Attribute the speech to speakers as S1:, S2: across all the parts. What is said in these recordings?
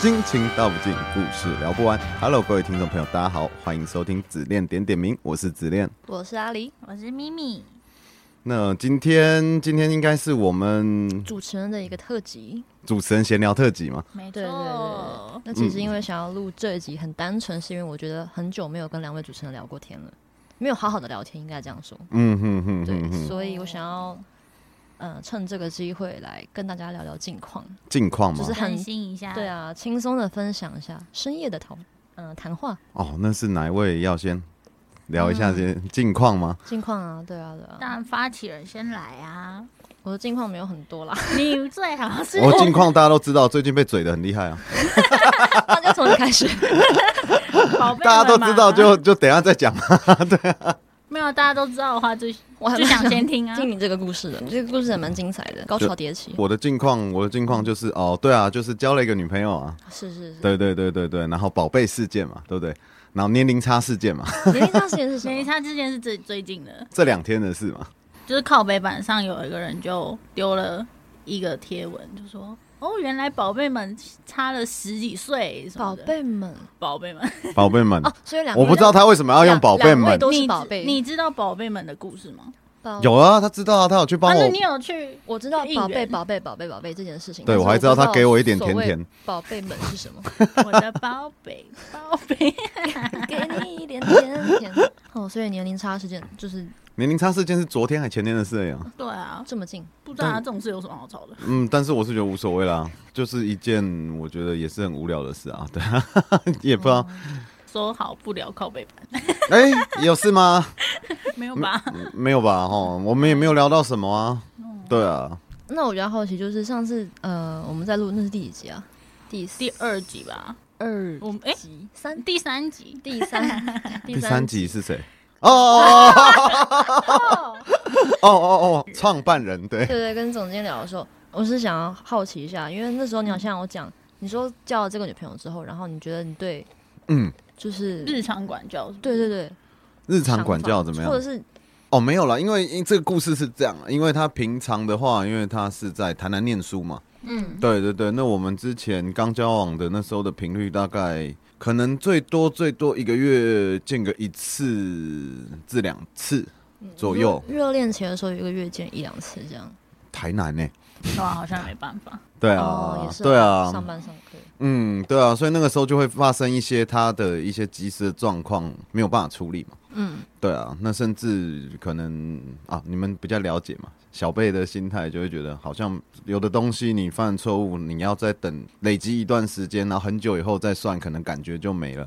S1: 心情道不尽，故事聊不完。Hello，各位听众朋友，大家好，欢迎收听《只恋点点名》，我是子恋。
S2: 我是阿狸，
S3: 我是咪咪，
S1: 那今天今天应该是我们
S2: 主持人的一个特辑。
S1: 主持人闲聊特辑嘛？
S3: 没错，
S2: 对对对，那其实因为
S1: 嗯
S2: 想要录这一集，很单纯是因为我觉得很久没有跟两位主持人聊过天了，没有好好的聊天，应该这样说。
S1: 嗯哼哼
S2: 对
S1: 哼，哼，
S2: 所以我想要。呃，趁这个机会来跟大家聊聊近况，
S1: 近况嘛
S2: 就。是
S3: 更
S2: 很
S3: 新一下，
S2: 对，啊，轻松的分享一下深夜的讨，呃，谈话
S1: 哦，那是哪一位要先聊一下这近况吗？
S2: 近况啊，对啊，对啊，
S3: 当然发起人先来 啊，
S2: 我的近况没有很多啦，
S3: 你最好是
S2: 嗯
S1: 我哦近况大家都知道，最近被嘴的很厉害 啊，
S2: 那就从你开始。
S3: 宝贝们嘛，
S1: 大家都知道
S2: 啊
S1: 就就等一下再讲嘛。
S3: 没有，大家都知道的话 就
S2: 我还
S3: 就
S2: 蛮
S3: 想先听啊，
S2: 听你这个故事的，你 这个故事也蛮精彩的，高潮迭起。
S1: 我的近况，我的近况就是哦，对啊，就是交了一个女朋友啊，
S2: 是是是，
S1: 对对对对对，然后宝贝事件嘛，对不对？然后年龄差事件嘛，
S2: 年龄差时间是什
S3: 等一
S2: 么？
S3: 下，之前是最最近的，
S1: 这两天的事嘛。
S3: 就是靠北板上有一个人就丢了一个贴文，就说哦，原来宝贝们差了十几岁什么
S2: 宝
S3: 的，
S2: 贝们
S3: 宝贝们，
S1: 宝贝们，
S2: 哦，所以两个
S1: 我不知道他为什么要用
S2: 两
S1: 宝贝
S2: 两位
S1: 们。
S2: 都是
S3: 你
S2: 宝贝
S3: 你知道宝贝们的故事吗？
S2: 宝
S1: 有啊，他知道啊，他有去帮
S3: 但是
S1: 我
S3: 你。有去
S2: 我知道
S3: 应
S2: 宝贝
S3: 援
S2: 宝贝宝贝宝贝这件事情，
S1: 对
S2: 但是
S1: 我还知道他给我一点甜甜
S2: 不知道所谓宝贝们是什么？
S3: 我的宝 贝，宝贝，
S2: 给你一点甜甜。哦，所以年龄差事件就是
S1: 年龄差事件是昨天还前天的事而已啊。
S3: 对啊，
S2: 这么近，
S3: 不知道他这种事有什么好吵的。
S1: 嗯，但是我是觉得无所谓啦，就是一件我觉得也是很无聊的事啊。对啊，也不知道，
S3: 说好不聊靠背板，
S1: 哎、有事吗？
S3: 没有吧？
S1: 嗯 没有吧？哦，我们也没有聊到什么啊。对啊，
S2: 那我比较好奇，就是上次呃我们在录那是第几集啊？第四
S3: 第二集吧，
S2: 二
S3: 我们哎、
S2: 集 三
S3: 第三集，
S2: 第三
S1: 第三集是谁？哦哦哦哦哦哦，创办人对。
S2: 对对，跟总监聊的时候，我是想要好奇一下，因为那时候你好像有讲，你说交了这个女朋友之后，然后你觉得你对
S1: 嗯，
S2: 就是
S3: 日常管教是不
S2: 对
S3: 是
S2: 对对
S1: 日
S2: 想
S1: 常
S2: 法
S1: 管教怎么样
S2: 或？者是
S1: 哦，没有啦，因为因为这个故事是这样，因为他平常的话，因为他是在台南念书嘛，
S2: 嗯
S1: 对对对，那我们之前刚交往的那时候的频率大概可能最多最多一个月见个一次至两次左右，
S2: 热恋期的时候，有一个月见一两次这样。
S1: 嗯台南呢、
S3: 对啊，好像没办法。
S1: 对啊，
S2: 哦，也是
S1: 对啊，
S2: 上班上课。
S1: 嗯，对啊，所以那个时候就会发生一些他的一些及时的状况没有办法处理嘛。
S2: 嗯，
S1: 对啊，那甚至可能啊，你们比较了解嘛，小辈的心态就会觉得，好像有的东西你犯错误，你要再等累积一段时间，然后很久以后再算，可能感觉就没了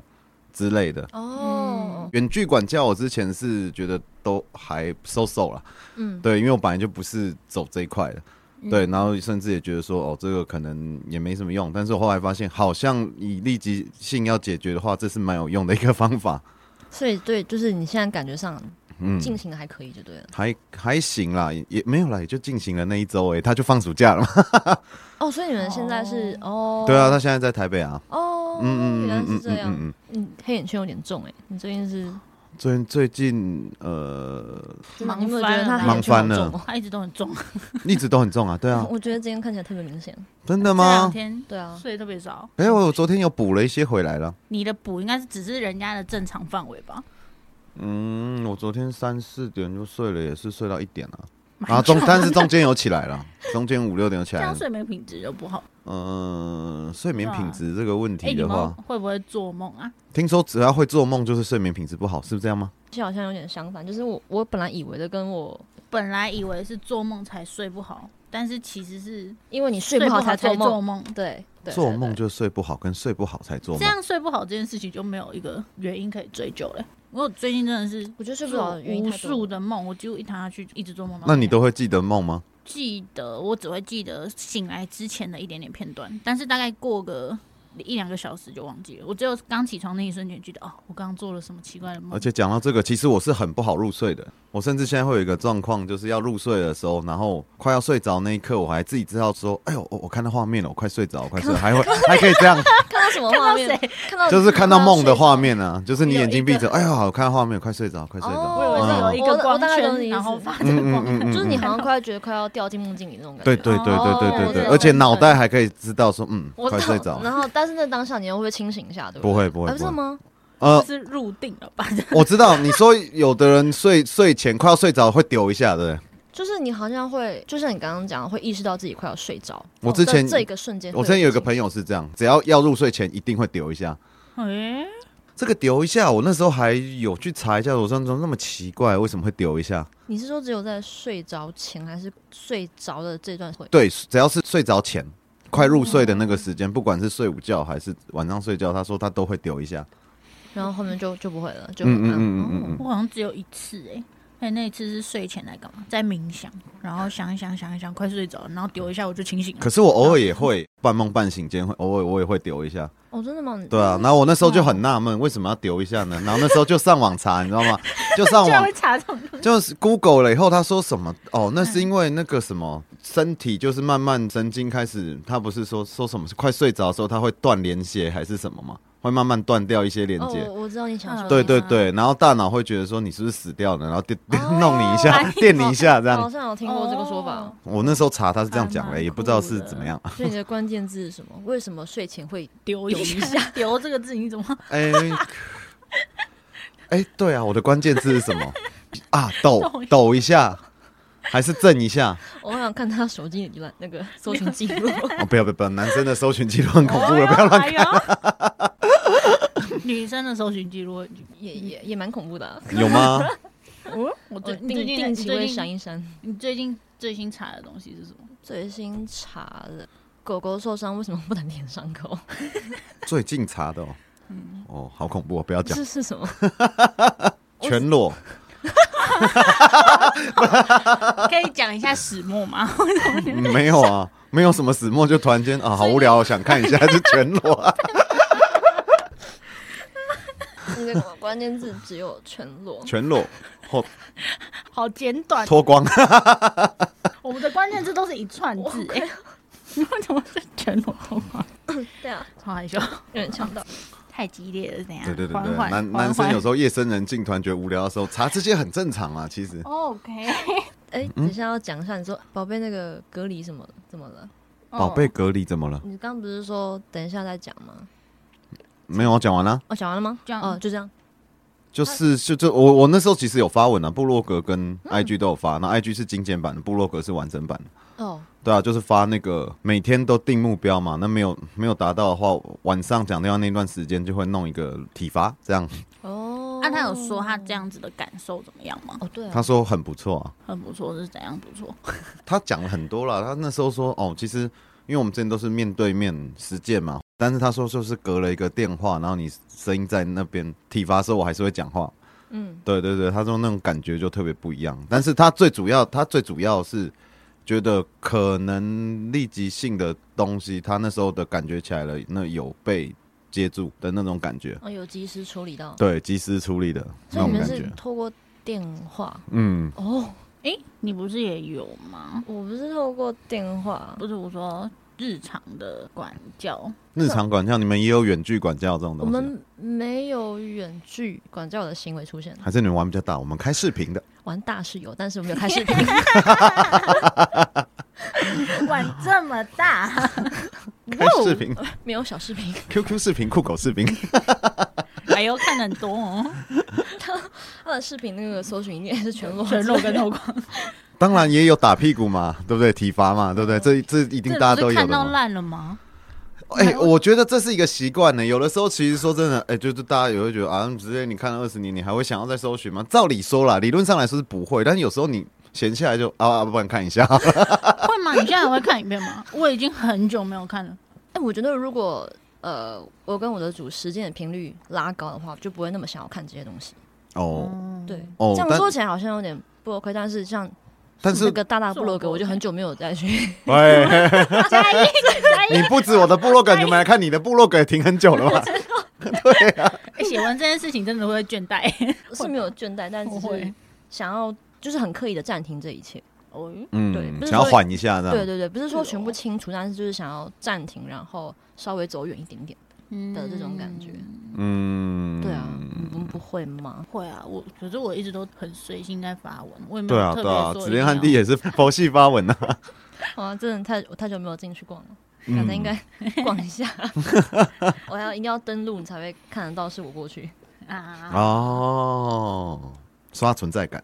S1: 之类的。
S2: 哦，
S1: 远距管教，我之前是觉得都还 so so 啦，
S2: 嗯，
S1: 对，因为我本来就不是走这一块的，
S3: 嗯
S1: 对，然后甚至也觉得说，哦，这个可能也没什么用，但是我后来发现，好像以立即性要解决的话，这是蛮有用的一个方法，
S2: 所以对，就是你现在感觉上
S1: 嗯，
S2: 进行的还可以，就对了。
S1: 还还行啦，也也没有啦，也就进行了那一周诶、他就放暑假了嘛。
S2: 哦，所以你们现在是哦，
S1: 对啊，，他现在在台北啊。
S2: 哦，
S1: 嗯
S2: 原来
S1: 嗯
S2: 是
S1: 嗯
S2: 这
S1: 嗯嗯
S2: 样。
S1: 嗯。
S2: 嗯，黑眼圈有点重哎，你最近是
S1: 最最近呃，
S2: 就是
S3: 忙
S2: 啊你有没有觉
S3: 翻
S2: 得他
S3: 了
S2: 黑眼圈
S1: 忙翻
S2: 好
S1: 了
S2: 重哦？
S3: 他一直都很重，
S1: 一直都很重啊。对啊
S2: ，我觉得今天看起来特别明显。
S1: 真的
S3: 哦这两
S1: 吗？
S3: 天
S2: 对啊，
S3: 睡得特别少。
S1: 哎、我昨天有补了一些回来了。
S3: 你的补应该是只是人家的正常范围吧？
S1: 嗯，我昨天三四点就睡了，也是睡到一点啊。
S3: 蛮
S1: 然后中，但是中间有起来了，中间五六点有起
S3: 这
S1: 来
S3: 样
S1: 了。
S3: 睡眠品质就不好。
S1: 嗯、睡眠
S3: 对啊
S1: 品质这个问
S3: 哎、
S1: 题
S3: 你
S1: 的
S3: 们
S1: 话，
S3: 会不会做梦啊？
S1: 听说只要会做梦就是睡眠品质不好，是不是这样吗？
S2: 其实好像有点相反，就是我我本来以为的跟我，
S3: 本来以为是做梦才睡不好，但是其实是
S2: 因为你睡不好才做
S3: 做
S2: 梦，
S3: 梦。
S2: 对，对
S1: 做梦就睡不好，跟睡不好才做
S3: 这
S1: 梦。
S3: 样睡不好这件事情就没有一个原因可以追究了。因为我最近真的是
S2: 我觉得睡不
S3: 做
S2: 着的原因
S3: 无
S2: 太多
S3: 数
S2: 了。
S3: 的梦，我几乎一躺下去就一直做梦。
S1: 那你都会记得梦
S3: 嗯
S1: 吗？
S3: 记得？我只会记得醒来之前的一点点片段，但是大概过个一两个小时就忘记了。我只有刚起床那一瞬间记得，哦，我刚刚做了什么奇怪的梦。
S1: 而且讲到这个，其实我是很不好入睡的。我甚至现在会有一个状况，就是要入睡的时候，然后快要睡着那一刻，我还自己知道说：“哎呦，我我看到画面了，我快睡着，我快睡。”还会还可以这样，
S2: 看到什么画面？看到
S3: 哦
S1: 就是看到梦的画
S2: 面。
S1: 面啊，就是你眼睛闭着，哎呦，我看到画面，快睡着，快睡着。
S2: 哦
S3: 我是有一
S2: 我
S3: 个
S2: 我
S3: 光
S2: 大概懂你
S3: 圈，
S2: 意
S3: 然后
S2: 思
S3: 发
S1: 嗯
S3: 着
S1: 嗯
S3: 光，
S1: 嗯嗯，
S2: 就是你
S1: 嗯
S2: 好像快要觉得快要掉进梦境里那种感
S1: 对
S2: 觉。
S1: 对对对对对对，
S2: 哦
S1: 而且脑袋还可以知道说，嗯，
S3: 我
S1: 快
S3: 懂
S1: 睡着
S2: 然
S1: 了，
S2: 后，但是那当下你又会不会清醒一下，对
S1: 不
S2: 对？
S1: 会不
S2: 不
S1: 会
S2: 啊，
S1: 不
S2: 是
S1: 会，
S2: 吗？
S1: 呃，
S3: 是入定了 吧？
S1: 我知道你说有的人睡睡前快要睡着会丢一下，对不对
S2: 就是你好像会，就像你刚刚讲的，会意识到自己快要睡着。
S1: 我之前
S2: 在这一个瞬间，
S1: 我之前有一个
S2: 友，
S1: 朋友是这样，只要要入睡前一定会丢一下。
S3: 哎，
S1: 这个丢一下，我那时候还有去查一下，我说怎么那么奇怪，为什么会丢一下？
S2: 你是说只有在睡着前，还是睡着的这段会？
S1: 对，只要是睡着前快入睡的那个时间，不管是睡午觉还是晚上睡觉，他说他都会丢一下。
S2: 然后后面就就不会了，就
S1: 嗯嗯嗯嗯嗯
S2: 哦
S1: 嗯，
S3: 我好像只有一次哎、哎、那一次是睡前来干嘛？在冥想，然后想一想想一想，快睡着了，然后丢一下我就清醒了
S1: 可。是我偶尔也会半梦半醒间会，偶尔我也会丢一下。
S2: 哦，真的吗？
S1: 对啊，然后我那时候就很纳闷，为什么要丢一下呢？然后那时候就上网查，你知道吗？就上
S3: 居然
S1: 网
S3: 会查这种东西，
S1: 就是 Google 了以后，他说什么？哦，那是因为那个什么身体就是慢慢神经开始，他不是说说什么是快睡着的时候，他会断连接还是什么吗？会慢慢断掉一些连
S2: 哦，
S1: 接。
S2: 我我知道你想说，
S1: 对对
S3: 啊
S1: 对，然后大脑会觉得说你是不是死掉了，然后电、
S2: 哦
S1: 弄你一下
S3: 哎，
S1: 电你一下这
S2: 好
S1: 样。
S2: 像有听过这个说法。
S3: 哦
S1: 我那时候查他是这样讲
S3: 还
S1: 的，
S3: 蛮
S1: 也不知道
S3: 酷
S1: 是
S3: 的
S1: 怎么样。
S2: 所以你的关键字是什么？为什么睡前会？
S3: 丢
S2: 一
S3: 一下，丢这个字 你怎么？
S1: 哎哎，对啊，我的关键字是什么啊？抖
S3: 抖一
S1: 抖一下，还是震一下？
S2: 我想看他手机里的那个搜寻记 录。
S1: 哦，不要不要不要，男生的搜寻记录很恐怖
S3: 哎
S1: 的，
S3: 呦
S1: 不 要乱。
S3: 哎呦 女生的搜寻记录，
S2: 也也也蛮恐怖的、啊。
S1: 有吗？
S3: 哦，我
S2: 我
S3: 最
S2: 定
S3: 最近
S2: 定期
S3: 最
S2: 会
S3: 近
S2: 删一删。
S3: 你最近最新查的东西是什么？
S2: 最新查的狗狗受伤为什么不能舔伤口？
S1: 最近查的哦，哦，好恐怖、哦，不要讲
S2: 这是什么？
S1: 全裸，
S3: 可以讲一下始末吗？
S1: 嗯没有啊，没有什么始末，就突然间啊，好无聊、哦，想看一下就全裸、啊，
S2: 你的关键字只有全裸。
S1: 全裸或
S3: 好简短，
S1: 脱光，
S3: 我们的关键字都是一串字。哎，你为什么是全裸头发？
S2: 对啊，
S3: 好害羞，
S2: 有点呛到。
S3: 太激烈了，怎样？
S1: 对对对
S3: 缓
S1: 对，
S3: 缓
S1: 男
S3: 缓
S1: 男生
S3: 缓
S1: 有时候夜深人静，突然觉得无聊的时候，查这些很正常啊，其实。
S3: OK，
S2: 哎、等一下要讲一下，你说宝贝那个隔离什么怎么了？
S3: 哦
S1: 宝贝隔离怎么了？
S2: 你刚刚不是说等一下再讲吗？
S1: 没有，我讲完了、
S2: 哦，讲完了吗？
S3: 讲
S2: 哦，就这样。
S1: 就是就就我我那时候其实有发文啊，部落格跟 IG 都有发，那 IG 是精简版的，部落格是完整版的。
S2: 哦，
S1: 对啊，就是发那个每天都定目标嘛，那没有没有达到的话，晚上讲掉那段时间就会弄一个体罚，这样
S2: 哦。
S3: 那、他有说他这样子的感受怎么样吗？
S2: 哦，对啊
S1: 他，说很不错啊，
S3: 很不错，是怎样不错？
S1: 他讲了很多了，他那时候说哦，其实因为我们之前都是面对面实践嘛，但是他说就是隔了一个电话，然后你声音在那边体罚的时候，我还是会讲话，
S2: 嗯，
S1: 对对对，他说那种感觉就特别不一样，但是他最主要，他最主要是觉得可能立即性的东西，他那时候的感觉起来了，那有被接住的那种感觉，
S2: 哦，有及时处理到。
S1: 对，及时处理的那
S2: 所以你
S1: 种
S2: 们
S1: 感
S2: 是
S1: 觉，
S2: 透过电话？
S1: 嗯，
S2: 哦，
S3: 哎、你不是也有吗？
S2: 我不是透过电话。
S3: 不是我说日常的管 教，
S1: 日常管教，你们也有远距管教这种
S2: 我
S1: 东西，
S2: 们没有远距管教的行为出现，
S1: 还是你们玩比较大，我们开视频的，
S2: 玩大是有，但是我没有开视 频。
S3: 管这么 大，
S1: 开视频
S2: 没有小视频，
S1: ，QQ 视频，酷狗视频，
S3: 哎呦，看得很多哦，
S2: 他的视频那个搜寻应该是全 裸，
S3: 全露跟 透光，
S1: 当然也有打屁股嘛，对不对？体罚嘛，对不对？这这一定大家
S3: 这
S1: 都
S3: 不
S1: 有的
S3: 是看到
S1: 嘛。
S3: 烂了吗？
S1: 哎、我觉得这是一个习惯呢。有的时候，其实说真的，哎、就是大家也会觉得啊，直接你看了二十年，你还会想要再搜寻吗？照理说啦，理论上来说是不会，但是有时候你闲下来就啊啊，不然看一 下。
S2: 哦
S3: 会吗？你现在还会看影片吗？我已经很久没有看了。
S2: 哎，我觉得如果呃，我跟我的主时间的频率拉高的话，就不会那么想要看这些东西。
S1: 哦，
S3: 嗯
S2: 对，
S1: 哦
S2: 这样
S1: 但
S2: 说起来好像有点不 OK，但是像
S1: 但
S2: 那
S1: 是
S2: 个大大部落
S3: 这
S2: 格，
S3: 种
S2: 我就很久没有再去。
S1: 哎，
S2: 啊
S3: 嘉义，嘉
S1: 你
S3: 义
S1: 不止我的部落 格，你们来看你的部落格也停很久了吧？
S3: 哎写完这件事情真的会倦怠。
S2: 是没有倦怠， 但只
S3: 不会
S2: 是想要就是很刻意的暂停这一切。
S3: 哦，
S2: 对
S1: 嗯
S2: 不，是
S1: 想要
S2: 说
S1: 缓一下这
S2: 对
S1: 样。
S2: 对对，不是
S3: 是
S2: 说
S3: 哦
S2: 全部清除，但是就是想要暂停，然后稍微走远一点点。 的这种感觉。
S1: 嗯，
S2: 对啊，你们不会 吗？
S3: 会啊，我可是我一直都很随性在发文，我也没
S1: 对
S3: 有
S1: 啊，
S3: 特别
S1: 对啊，
S3: 说
S1: 子
S3: 一定
S1: 莲汉
S3: 要
S1: 地也是佛系发文 啊。
S2: 啊，真的太我太久没有进去逛了，
S1: 嗯
S2: 改天应 该逛 一下。我要一定要登录，你才会看得到是我过去。
S3: 啊，
S1: 哦，刷存在感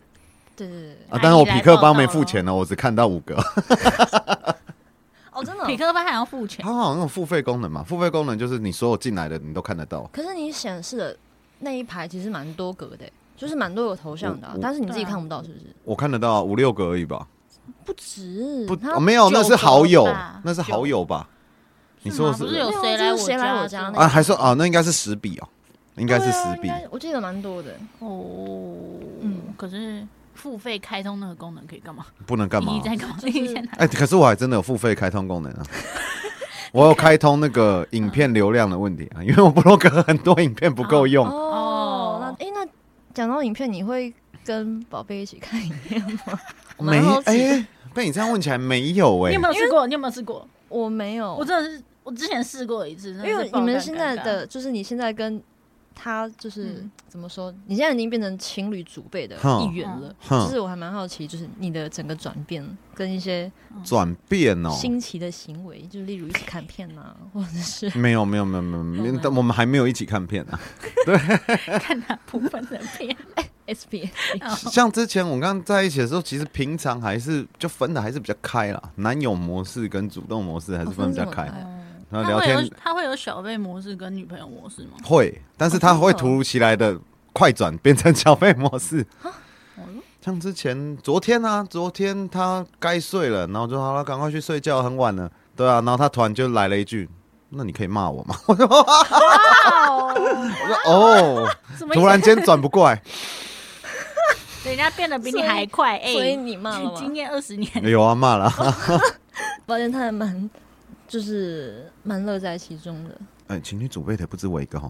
S2: 对对对对，
S1: 啊！
S3: 那
S1: 但是
S3: 你
S1: 我
S3: 来
S1: 匹克
S3: 报
S1: 帮
S3: 道
S1: 没
S3: 咯
S1: 付钱呢，我只看到五个。
S2: 哦，真的哦、
S3: 匹克班还要付钱
S1: 它好像有付费功能嘛？付费功能就是你所有进来的你都看得到。
S2: 可是你显示的那一排其实蛮多格的欸，就是蛮多个头像的啊、
S1: 我我
S2: 但是你自己
S3: 对啊
S2: 看不到，是不是？
S1: 我看得到五六个而已吧，
S2: 不止，
S1: 不、
S2: 嗯它
S1: 哦没有，那
S3: 九
S1: 是
S3: 个
S1: 好友
S3: 吧，
S1: 那是好友吧？你说的
S3: 吗不
S1: 是
S3: 是有
S2: 没有
S3: 谁
S2: 就
S3: 来
S2: 啊是
S3: 我
S2: 谁来
S3: 家
S2: 我家
S3: 之
S2: 那
S3: 类
S1: 啊，
S3: 的
S1: 还说啊，那应该是十笔哦，应该是
S2: 对啊
S1: 十
S2: 应
S1: 笔。
S2: 该我记得蛮多的。
S3: 哦，
S2: 嗯
S3: 可是付费开通那个功能可以干嘛？
S1: 不能干嘛
S3: 你？在干嘛？
S2: 就是
S3: 你在哪？
S1: 哎、可是我还真的有付费开通功能啊。我有开通那个影片流量的问题啊，因为我部落格很多影片不够用，
S2: 哦
S3: 哦，
S2: 那哎、那讲到影片，你会跟宝贝一起看影片吗？我
S1: 没
S2: 蛮好奇
S1: 哎、
S2: 的
S1: 被你这样问起来没有哎、
S3: 你有没有试过？你有没有试过？
S2: 我没有，
S3: 我真的是，我之前试过一次，真的
S2: 因为
S3: 是爆
S2: 你们
S3: 肝
S2: 现
S3: 尴
S2: 在
S3: 尬
S2: 的就是你现在跟他就是、
S3: 嗯
S2: 怎么说？你现在已经变成情侣祖辈的
S1: 哼
S2: 一员了。
S1: 哼
S2: 就是我还蛮好奇，就是你的整个转变跟一些
S1: 转变哦、
S2: 新奇的行为，就例如一起看片啊，或者是
S1: 没有没有没有没有没
S3: 有
S1: 有
S3: 吗，
S1: 但我们还没有一起看片啊。
S3: 看哪部分的片，
S2: S B
S1: 像之前我们刚在一起的时候，其实平常还是就分的还是比较开啦，男友模式跟主动模式还是
S2: 哦
S1: 分得比较
S2: 分得
S1: 开。
S2: 很开
S1: 然后
S3: 他
S1: 聊
S3: 会有
S1: 天
S3: 他会有小贝模式跟女朋友模式吗？
S1: 会，但是他会突如其来的快转变成小费模式。
S3: 哦
S1: 像之前昨天啊，昨天他该睡了，然后我就好了，赶快去睡觉，很晚了。对啊，然后他突然就来了一句：“那你可以骂我吗？” 我说：“我说哦，
S3: 怎么
S1: 突然间转不过 来。
S3: 人家变得比你还快？哎，
S2: 所以你骂 了
S3: 经
S2: 吗？
S3: 验二十年，
S1: 有啊，骂了啊。
S2: 发现他还蛮就是蛮乐在其中的，
S1: 哎，情侣组备的不止我一个哈。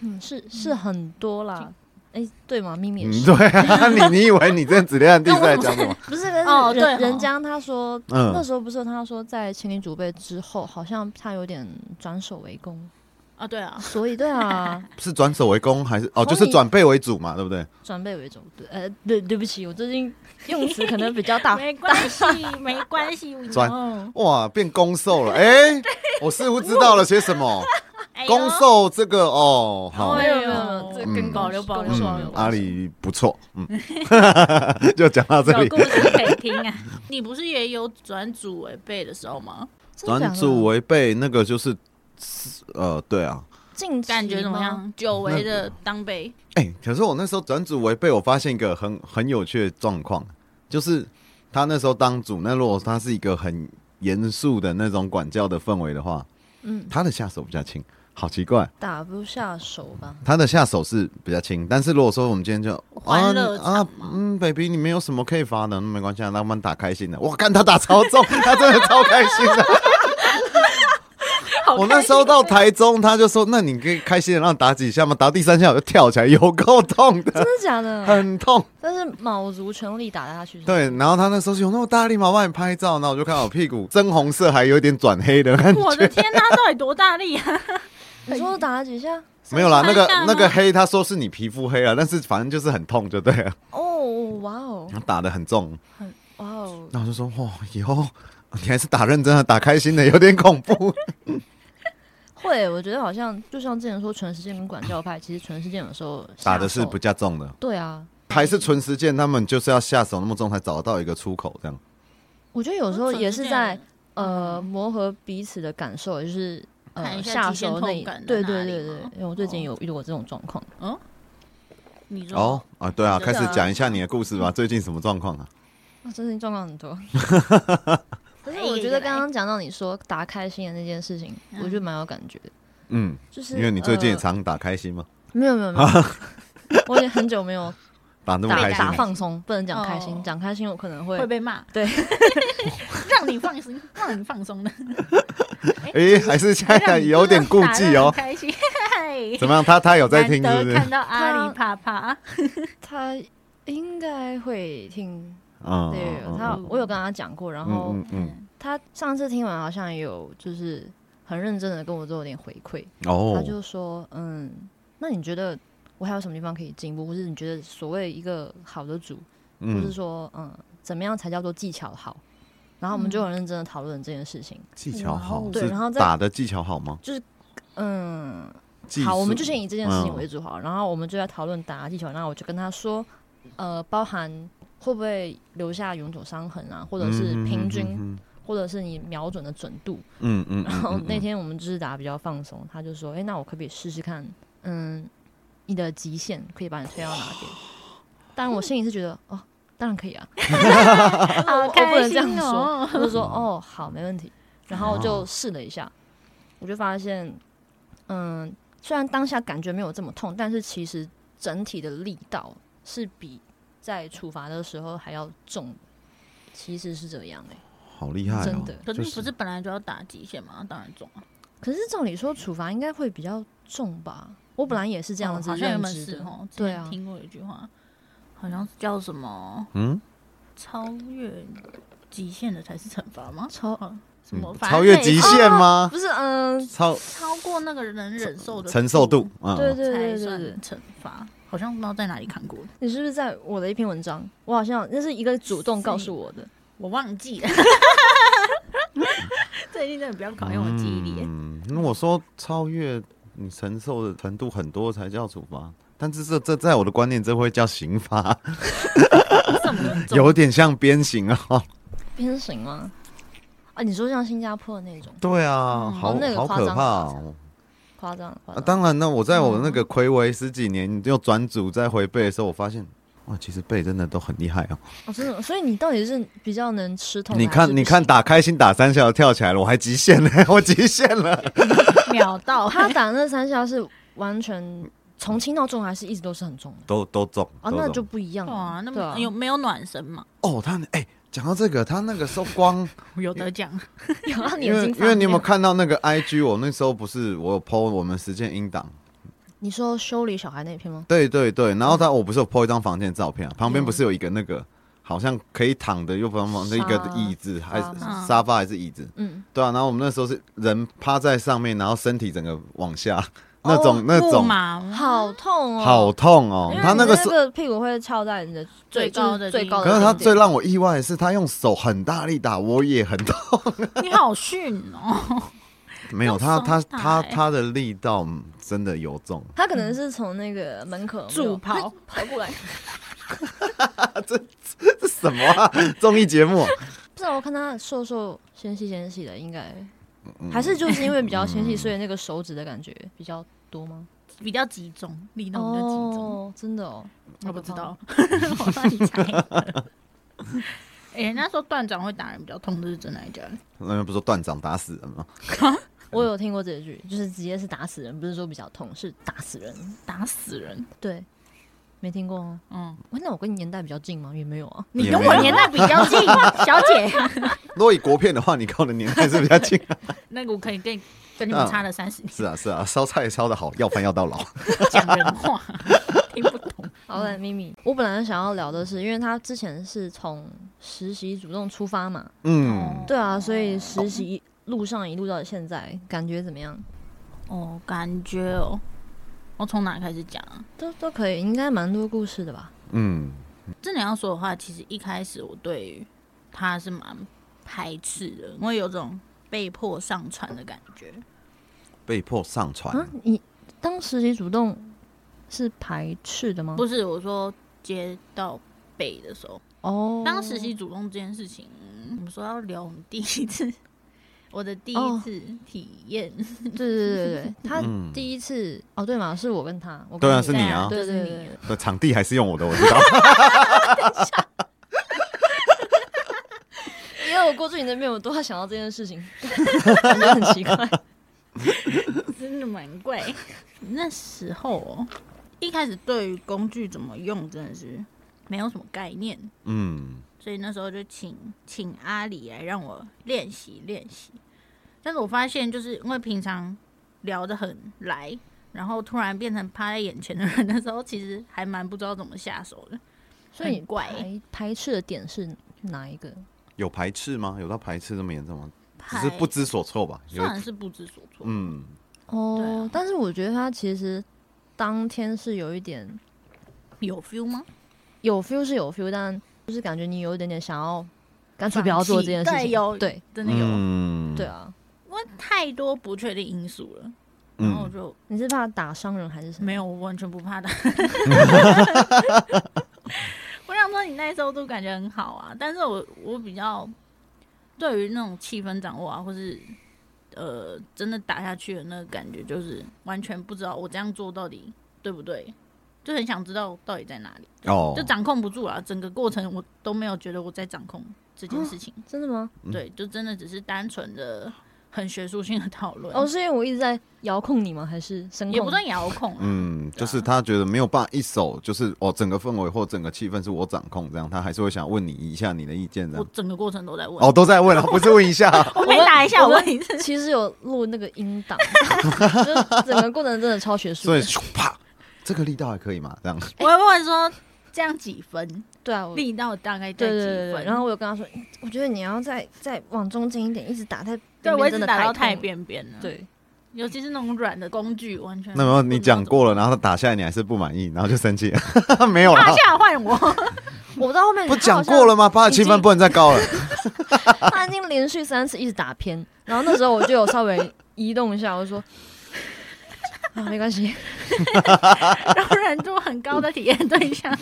S2: 嗯，是是很多啦，哎、对吗？咪咪也
S1: 嗯，
S2: 是，
S1: 对 啊，你你以为你这子恋地是在讲什么？
S2: 不是，但是
S3: 哦对
S2: 人
S3: 哦
S2: 人家他说、
S1: 嗯
S2: 那时候不是他说在情侣组备之后，好像他有点转守为攻，
S3: 啊，对啊，
S2: 所以对啊，
S1: 是转守为攻还是哦？
S2: 从
S1: 就
S2: 你
S1: 是转背为主嘛，对不对？
S2: 转背为主，对，呃，对，对不起，我最近用词可能比较 大，
S3: 没关系， 没关系，我
S1: 转
S3: 哦
S1: 哇，变攻受 了，哎、我似乎知道了些什么。
S3: 哎呦
S1: 攻受这个哦，好，
S3: 哎
S2: 没
S3: 呦
S2: 有没有没有，这个
S1: 嗯
S2: 更
S3: 保留保留
S2: 更
S3: 保
S2: 爽
S3: 留
S2: 了
S1: 嗯，阿里不错，嗯， 就讲到这
S3: 有
S1: 里
S3: 故。事可以听啊！你不是也有转组违背的时候吗？
S2: 真的假
S1: 转
S2: 的
S1: 主违背那个就是，呃，对啊，
S2: 近期
S3: 感觉怎么
S2: 吗？
S3: 样？久违的当背，
S1: 哎、可是我那时候转主违背，我发现一个很很有趣的状况，就是他那时候当主，那如果他是一个很严肃的那种管教的氛围的话，
S2: 嗯，
S1: 他的下手比较轻，好奇怪。
S2: 打不下手吧？
S1: 他的下手是比较轻，但是如果说我们今天就
S3: 欢乐场
S1: 啊啊
S3: 嘛
S1: 嗯，baby，你没有什么可以罚的，那没关系啊，让我们打开心的。我看他打超重， 他真的超开心的。我那时候到台中，他就说：“那你可以开心的让他打几下吗？”打第三下我就跳起来，有够痛
S2: 真
S1: 的，
S2: 的假的？
S1: 很痛。
S2: 但是卯足全力打下去，，
S1: 对，然后他那时候说有那么大力吗？我帮你拍照，然后我就看到我屁股深红色，还有点转黑的 感觉。
S3: 我的天哪，到底多大力啊！
S2: 你说打了几下？
S1: 没有啦，那个
S3: 三下吗
S1: 那个黑，他说是你皮肤黑啊了，但是反正就是很痛，就对了，
S2: 哦，哇哦，
S1: 打的很重。
S2: 哇哦，
S1: 那我就说，哇，以后你还是打认真的，打开心的，有点恐怖。
S2: 会，我觉得好像就像之前说全时间跟管教派，其实全时间有时候下
S1: 打的是
S2: 手
S1: 不加重的，
S2: 对啊。
S1: 还是纯实践？他们就是要下手那么重，才找到一个出口，这样。
S2: 我觉得有时候也是在呃
S3: 嗯
S2: 磨合彼此的感受，也就是
S3: 看
S2: 呃
S3: 一下
S2: 下
S3: 极限
S2: 手
S3: 痛
S2: 那一
S3: 感在
S2: 对
S3: 哪
S2: 对
S3: 里
S2: 对
S3: 吗
S2: 对，因为我最近
S3: 哦
S2: 有遇到过这种状况。
S3: 你说
S1: 哦，啊，对啊，
S3: 真
S1: 开
S3: 嗯的
S1: 始讲一下你的故事吧。最近什么状况啊？
S2: 啊，最近状况很多。 可是
S3: 哎
S2: 我
S3: 一
S2: 觉
S3: 个
S2: 得
S3: 一个来
S2: 刚刚讲到你说打开心的那件事情，我觉得蛮有感觉的。
S1: 嗯，
S2: 就是
S1: 因为你最近也
S2: 呃
S1: 常打开心嘛，
S2: 没有没有没 有，我已经很久没有
S1: 打 那么
S2: 打
S1: 开
S2: 打
S1: 心。啊
S2: 放松，不能讲开心
S3: 哦，
S2: 讲开心我可能会
S3: 会被骂，
S2: 对，
S3: 让你放心，让你放松的，
S1: 诶，还是现在 有点顾忌
S3: 打得很
S1: 哦。
S3: 开心，嘿 嘿
S1: 怎么样？他他有在听，是
S3: 难
S1: 不
S3: 得
S1: 是？
S3: 看到阿里啪啪，
S2: 他应该会听。
S1: 嗯
S2: 对，
S1: 嗯
S2: 他
S1: 嗯
S2: 我有跟他讲过，然后
S1: 嗯嗯嗯，
S2: 他上次听完好像有就是很认真的跟我做了点回馈，他
S1: 哦，
S2: 就说，嗯，那你觉得我还有什么地方可以进步，或是你觉得所谓一个好的组，或是
S1: 嗯，
S2: 说，嗯，怎么样才叫做技巧好？然后我们就很认真的讨论这件事情，
S1: 技巧好，
S2: 对
S1: 是
S2: 嗯然后再
S1: 打的技巧好吗？
S2: 嗯，
S1: 技
S2: 好，我们
S1: 术
S2: 就先以这件事情
S1: 嗯
S2: 为主好了，然后我们就在讨论打地球，然后我就跟他说，呃，包含会不会留下永久伤痕啊，或者是平均，
S1: 嗯
S2: 或者是你瞄准的准度。
S1: 嗯嗯嗯嗯嗯嗯
S2: 然后
S1: 嗯
S2: 那天我们就是打得比较放松，他就说，哎、那我可不可以试试看？嗯，你的极限可以把你推到哪边？当然，我心里是觉得，哦，当然可以啊，
S3: 好
S2: 我不
S3: 开
S2: 能这样
S3: 心
S2: 说
S3: 哦！
S2: 我就说哦，好，没问题。然后就试了一下，我就发现，嗯，虽然当下感觉没有这么痛，但是其实整体的力道是比在处罚的时候还要重的。其实是这样哎、
S1: 好厉害哦，
S2: 真的
S3: 可
S1: 就是
S3: 不是本来就要打极限吗？当然中啊，
S2: 可是照理说处罚应该会比较重吧？我本来也是这样
S3: 哦
S2: 子
S3: 好像原
S2: 认
S3: 本
S2: 知
S3: 是
S2: 的，
S3: 哦，之
S2: 对
S3: 前
S2: 啊
S3: 听过一句话，好像是叫什么
S1: 嗯，
S3: 超越极限的才是惩罚吗？
S2: 超
S3: 哦什么
S1: 嗯
S3: 反正
S1: 超越
S3: 类
S1: 极
S3: 似
S1: 限吗？
S2: 不是嗯，
S1: 超
S3: 超过那个能忍受的
S1: 承受度，嗯，
S2: 对对
S3: 哦才
S2: 对对
S3: 算
S2: 对，
S3: 惩罚，好像不知道在哪里看过，
S2: 你是不是在我的一篇文章？我好像那是一个主动告诉我的，
S3: 我忘记 了。最近真的不要考验我记忆力耶，
S1: 嗯，那我说超越你承受的程度很多才叫处罚，但是这这在我的观念，这会叫刑罚，
S3: 这么严重
S1: 有点像鞭刑啊。
S2: 偏行吗？啊，你说像新加坡的那种
S1: 对啊，
S3: 嗯
S1: 好、
S2: 哦那个
S1: 好
S2: 夸
S1: 可
S2: 张
S1: 怕
S2: 了
S1: 哦。
S2: 夸张的夸
S1: 啊，
S2: 张？
S1: 当然呢，我在我那
S2: 嗯
S1: 个魁违十几年又转组再回背的时候，我发现。哇，其实背真的都很厉害哦！
S2: 哦，真的，所以你到底是比较能吃痛的
S1: 你
S2: 还啊是
S1: 看，
S2: 不
S1: 你看，
S2: 行，
S1: 打开心打三下跳起来了，我还极限了， 我极限
S2: 哦
S1: 了。
S3: 秒到，
S2: 他打那三下是完全从轻到重，还是一直都是很重的？
S1: 都都中
S2: 啊，
S1: 都
S2: 那
S1: 中
S2: 就不一样了。
S3: 哇，哦那
S2: 对
S3: 么
S2: 啊
S3: 有没有暖身嘛？
S1: 哦，他哎，讲、到这个，他那个时候光
S3: 有得奖，
S2: 有啊，你
S1: 因
S2: 眼
S1: 为
S2: 睛
S1: 因为你有没有
S2: 有？
S1: 看到那个 IG？我那时候不是我有 PO 我们实践音档，
S2: 你说修理小孩那篇吗？
S1: 对对对，然后
S2: 嗯
S1: 他我不是有 PO 一张房间的照片啊，旁边不是有一个那个好像可以躺的又方方的一个
S2: 沙
S1: 椅子还是
S2: 沙
S3: 发
S1: 沙发还是椅子？
S2: 嗯，
S1: 对啊，然后我们那时候是人趴在上面，然后身体整个往下，
S2: 哦
S1: 那种那
S3: 木
S1: 种
S3: 马吗
S2: 好痛哦，
S1: 好痛哦
S2: 因为，
S1: 他
S2: 你
S1: 那
S2: 那
S1: 个是。
S2: 个屁股会翘在你的
S3: 最
S2: 就是
S3: 高的
S2: 最
S3: 地
S2: 高
S3: 方
S2: 的
S1: 可
S2: 顶
S1: 是
S2: 点，
S1: 他最让我意外的是，他用手很大力打，我也很 痛。
S3: 你好逊哦！
S1: 没有
S3: 用
S1: 他，
S3: 手
S1: 他
S3: 打
S1: 他
S3: 欸
S1: 他的力道嗯真的有重，
S2: 他可能是从那个门口有没有
S3: 助跑
S2: 跑过来，
S1: 这什么啊？ 综艺节目啊
S2: 不然我看他瘦瘦纤细纤细的，应该
S1: 嗯
S2: 还是就是因为比较纤细，所以那个手指的感觉比较多吗？
S3: 比较集中，力道比较集中。，
S2: 真的哦，
S3: 我不知道，嗯 我帮你猜 的。哎、人家说断掌会打人比较痛，这是真的还是假的？
S1: 那边不是说断掌打死人吗？
S2: 我有听过这句，就是直接是打死人，不是说比较痛，是打死人。
S3: 打死人，
S2: 对，没听过哦。
S3: 嗯，
S2: 喂那我跟你年代比较近吗？也没有啊。
S3: 你
S1: 也
S3: 跟
S1: 没
S3: 我
S1: 有
S3: 年代比较近，小姐。
S1: 如果以国片的话，你跟我的年代是比较 近、啊。
S3: 那个我可以跟跟你们差了三十
S1: 是
S3: 年，
S1: 啊，是啊，烧菜烧的好，要饭要到
S2: 哦
S1: 老。
S3: 讲人话 听不懂。
S2: 好了，咪咪，嗯我本来想要聊的是，因为他之前是从实习主动出发嘛，
S1: 嗯，
S2: 对啊，所以实习路上一路到现在，感觉怎么样？
S3: 哦，感觉哦，我从哪开始讲啊？
S2: 都都可以，应该蛮多故事的吧？
S1: 嗯，
S3: 真的要说的话，其实一开始我对于他是蛮排斥的，因为有种被迫上船的感觉。
S1: 被迫上船，
S2: 啊，你当实习主动是排斥的吗？
S3: 不是我说接到背的时候，
S2: 哦，
S3: 当实习主动这件事情，嗯我们说要聊我们第一次，我的第一
S2: 哦
S3: 次体验。
S2: 对对对 对，对，他
S1: 嗯
S2: 第一次哦，对嘛，是我跟他，我跟
S1: 对啊，
S2: 你
S1: 是你啊。
S2: 对对对
S3: 这是你
S2: 对，
S1: 对场地还是用我的，我知道。
S2: 因为我过去你那边，我都在想到这件事情， 感觉很 奇怪。
S3: 真的蛮贵。 那时候哦，一开始对于工具怎么用真的是没有什么概念，
S1: 嗯，
S3: 所以那时候就请请阿里来让我练习练习。但是我发现，就是因为平常聊得很来，然后突然变成趴在眼前的人 的时候，其实还蛮不知道怎么下手的。
S2: 所以你
S3: 很怪
S2: 排排斥的点是哪一个？
S1: 有排斥吗？有到排斥这么严重吗？只是不知所措吧？有
S3: 算是不知所措。
S1: 嗯，
S3: 对啊
S2: 哦，但是我觉得他其实当天是有一点
S3: 有 feel 吗？
S2: 有 feel 是有 feel，但就是感觉你有一点点想要干脆
S3: 放
S2: 不要做
S3: 弃
S2: 这件事
S3: 对
S2: 情。
S3: 有
S2: 对
S3: 真的有，
S1: 嗯
S2: 对，啊，
S3: 因为太多不确定因素了，然后我
S1: 嗯，
S3: 就
S2: 你是怕打伤人还是什么？
S3: 没有，我完全 不怕他。我想说，你那时候都感觉很好啊，但是我我比较对于那种气氛掌握啊，或是呃真的打下去的那个感觉，就是完全不知道我这样做到底对不对，就很想知道到底在哪里，
S1: 哦
S3: 就，掌控不住啊。整个过程我都没有觉得我在掌控这件事情，
S2: 真的吗？
S1: 嗯
S3: 对，就真的只是单纯的很学术性的讨论，
S2: 哦，是因为我一直在遥控你吗？还是声控？
S3: 也不算遥控、啊，
S1: 嗯，就是他觉得没有办法一手，就是哦，整个氛围或整个气氛是我掌控，这样他还是会想问你一下你的意见，这
S3: 我
S1: 样
S3: 整个过程都在问。
S1: 嗯哦，都在问了，不是问一下，
S3: 我没打一下，
S2: 我
S3: 我
S2: 们
S3: 问你 是
S2: 其实有录那个音 档，就是整个过程真的超学术
S1: 所
S2: 的。
S1: 以咻啪，这个力道还可以嘛？这样，
S3: 我会问说这样几分，
S2: 对啊，我对
S3: 力道大概在
S2: 对
S3: 几
S2: 对
S3: 分？
S2: 对。然后我有跟他说，我觉得你要再再往中间一点，一直打太
S3: 对
S2: 边
S3: 我一
S2: 真
S3: 直
S2: 的
S3: 打到
S2: 太
S3: 太
S2: 痛了。
S3: 边边了，，
S2: 对，
S3: 尤其是那种软的工具，完全
S1: 那
S3: 么
S1: 么你讲过了，然后他打下来，你还是不满意，然后就生气， 没有
S3: 趴
S1: 啦，
S3: 下换我，
S2: 我到后面
S1: 不讲过了吗？把气氛不能再高了，
S2: 他好像，他已经连续三次一直打偏，然后那时候我就有稍微移动一下，我就说。 啊，没关系，
S3: 让人度很高的体验对象。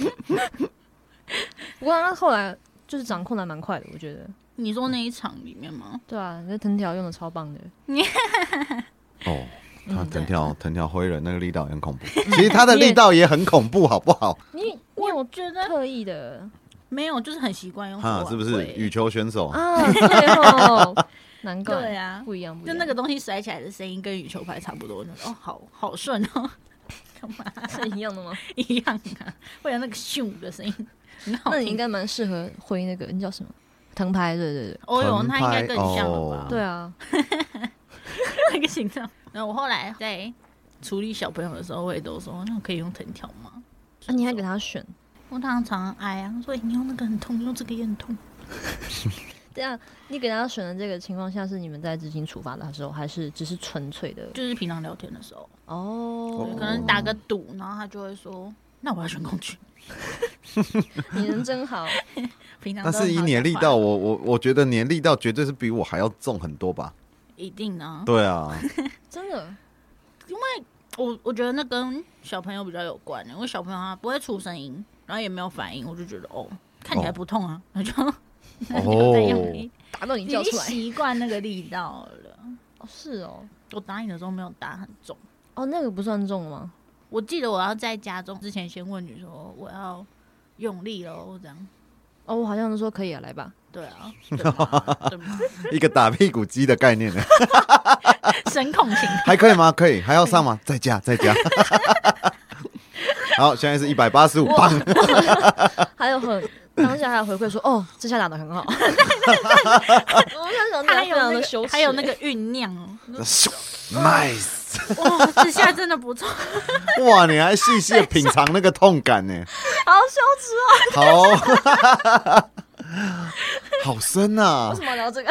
S2: 不过他后来就是掌控的蛮快的，我觉得。
S3: 你说那一场里面吗？
S2: 对啊，那藤条用的超棒的。
S1: 哦。
S2: 嗯
S1: 他藤
S3: 对
S1: 条藤条灰人那个力道也很 恐怖，其实他的力道也很恐怖，好不好？
S2: 你你有觉得特意的
S3: 没有，就是很嗯习惯用 手
S1: 哈
S3: 腕，挥，
S1: 是不是羽球选手？
S2: 啊？对 哦，难怪。
S3: 对啊，
S2: 不一样，不一
S3: 就
S2: 样。
S3: 那个东西甩起来的声音跟羽球拍差不多，那种哦，好好顺哦，
S2: 是一样的吗？
S3: 一样啊，会有那个咻的声音，很好
S2: 那
S3: 听。
S2: 你应该蛮适合挥那个，你叫什么？藤牌，对对对，
S3: 哦哟，
S1: 澎
S3: 那应该
S1: 湃
S3: 更像了
S1: 哦？
S3: 吧
S2: 对啊，
S3: 那个形状。然后我后来在处理小朋友的时候，我也都说，那我可以用藤条吗？
S2: 那啊你还给他选？
S3: 我常常挨啊，所以你用那个很痛，用这个也很痛。
S2: 这样，啊你给他选的这个情况下，是你们在执行处罚的时候，还是只是纯粹的？
S3: 就是平常聊天的时候，
S2: 哦
S3: 对，可能打个赌，然后他就会说，那我要选工具。
S2: 你人真好，
S3: 平常
S1: 但
S3: 都很
S1: 是以
S3: 好
S1: 你的
S3: 讲
S1: 力
S3: 话
S1: 道，，我我我觉得你的力道绝对是比我还要重很多吧？
S3: 一定啊。
S1: 对啊，
S2: 真的
S3: 我我觉得那跟小朋友比较有关，欸因为小朋友他不会出声音，然后也没有反应，我就觉得哦，看起来
S1: 哦
S3: 不痛啊， 我就那你 有在用力
S1: 哦，，
S2: 打到你
S3: 已
S2: 叫
S3: 经
S2: 出来。
S3: 习惯那个力道了。
S2: 哦，是哦，
S3: 我打你的时候没有打很重。
S2: 哦，那个不算重吗？
S3: 我记得我要在家中之前先问你说我要用力哦，这样
S2: 哦，我好像都说可以啊，来 吧。
S3: 对啊，对吧？对吧？
S1: 一个打屁股机的概念呢，
S3: 声控型，
S1: 还可以吗？可以，还要上吗？再加再加。 好，现在是一百八十五磅，
S2: 还有很当下还有回馈说，哦，这下打的 很好。 我那时候
S3: 还
S2: 非
S3: 有
S2: 常
S3: 那
S2: 的羞
S3: 个
S2: 耻，
S3: 还有那个酝酿哦，
S1: 咻 nice！
S3: 哇，这下真的不 错，
S1: 哇，你还细细 的品尝那个痛感呢，
S2: 好羞耻哦，
S1: 好， 好深啊
S2: 为什，么聊 这个？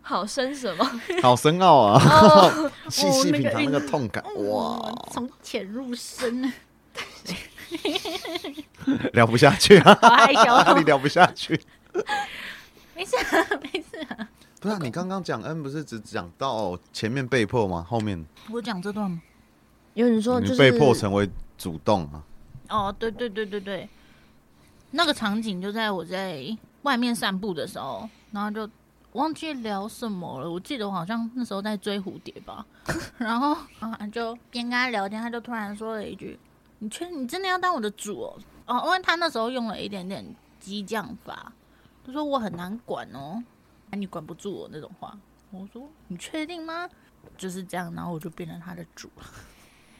S2: 好深什么？
S1: 好深奥啊， 细细
S3: 哦那个哦
S1: 品尝那个
S3: 韵
S1: 痛感，哇，
S3: 哇，嗯从浅入深，
S1: 聊不下去啊，
S3: 好害羞哦，
S1: 你聊不下去。
S3: 没事啊没事啊，
S1: 不是、啊、你刚刚讲恩，不是只讲到前面被迫吗？后面
S3: 我讲这段吗？
S2: 有人说哦就是
S1: 你被迫成为主动啊？
S3: 哦，对对对对对，那个场景就在我在外面散步的时候，然后就忘记聊什么了。我记得我好像那时候在追蝴蝶吧，然后啊就边跟他聊天，他就突然说了一句：“你确你真的要当我的主哦？”哦，因为他那时候用了一点点激将法，他说我很难管哦，啊你管不住我那种话。我说你确定吗？就是这样，然后我就变成他的主，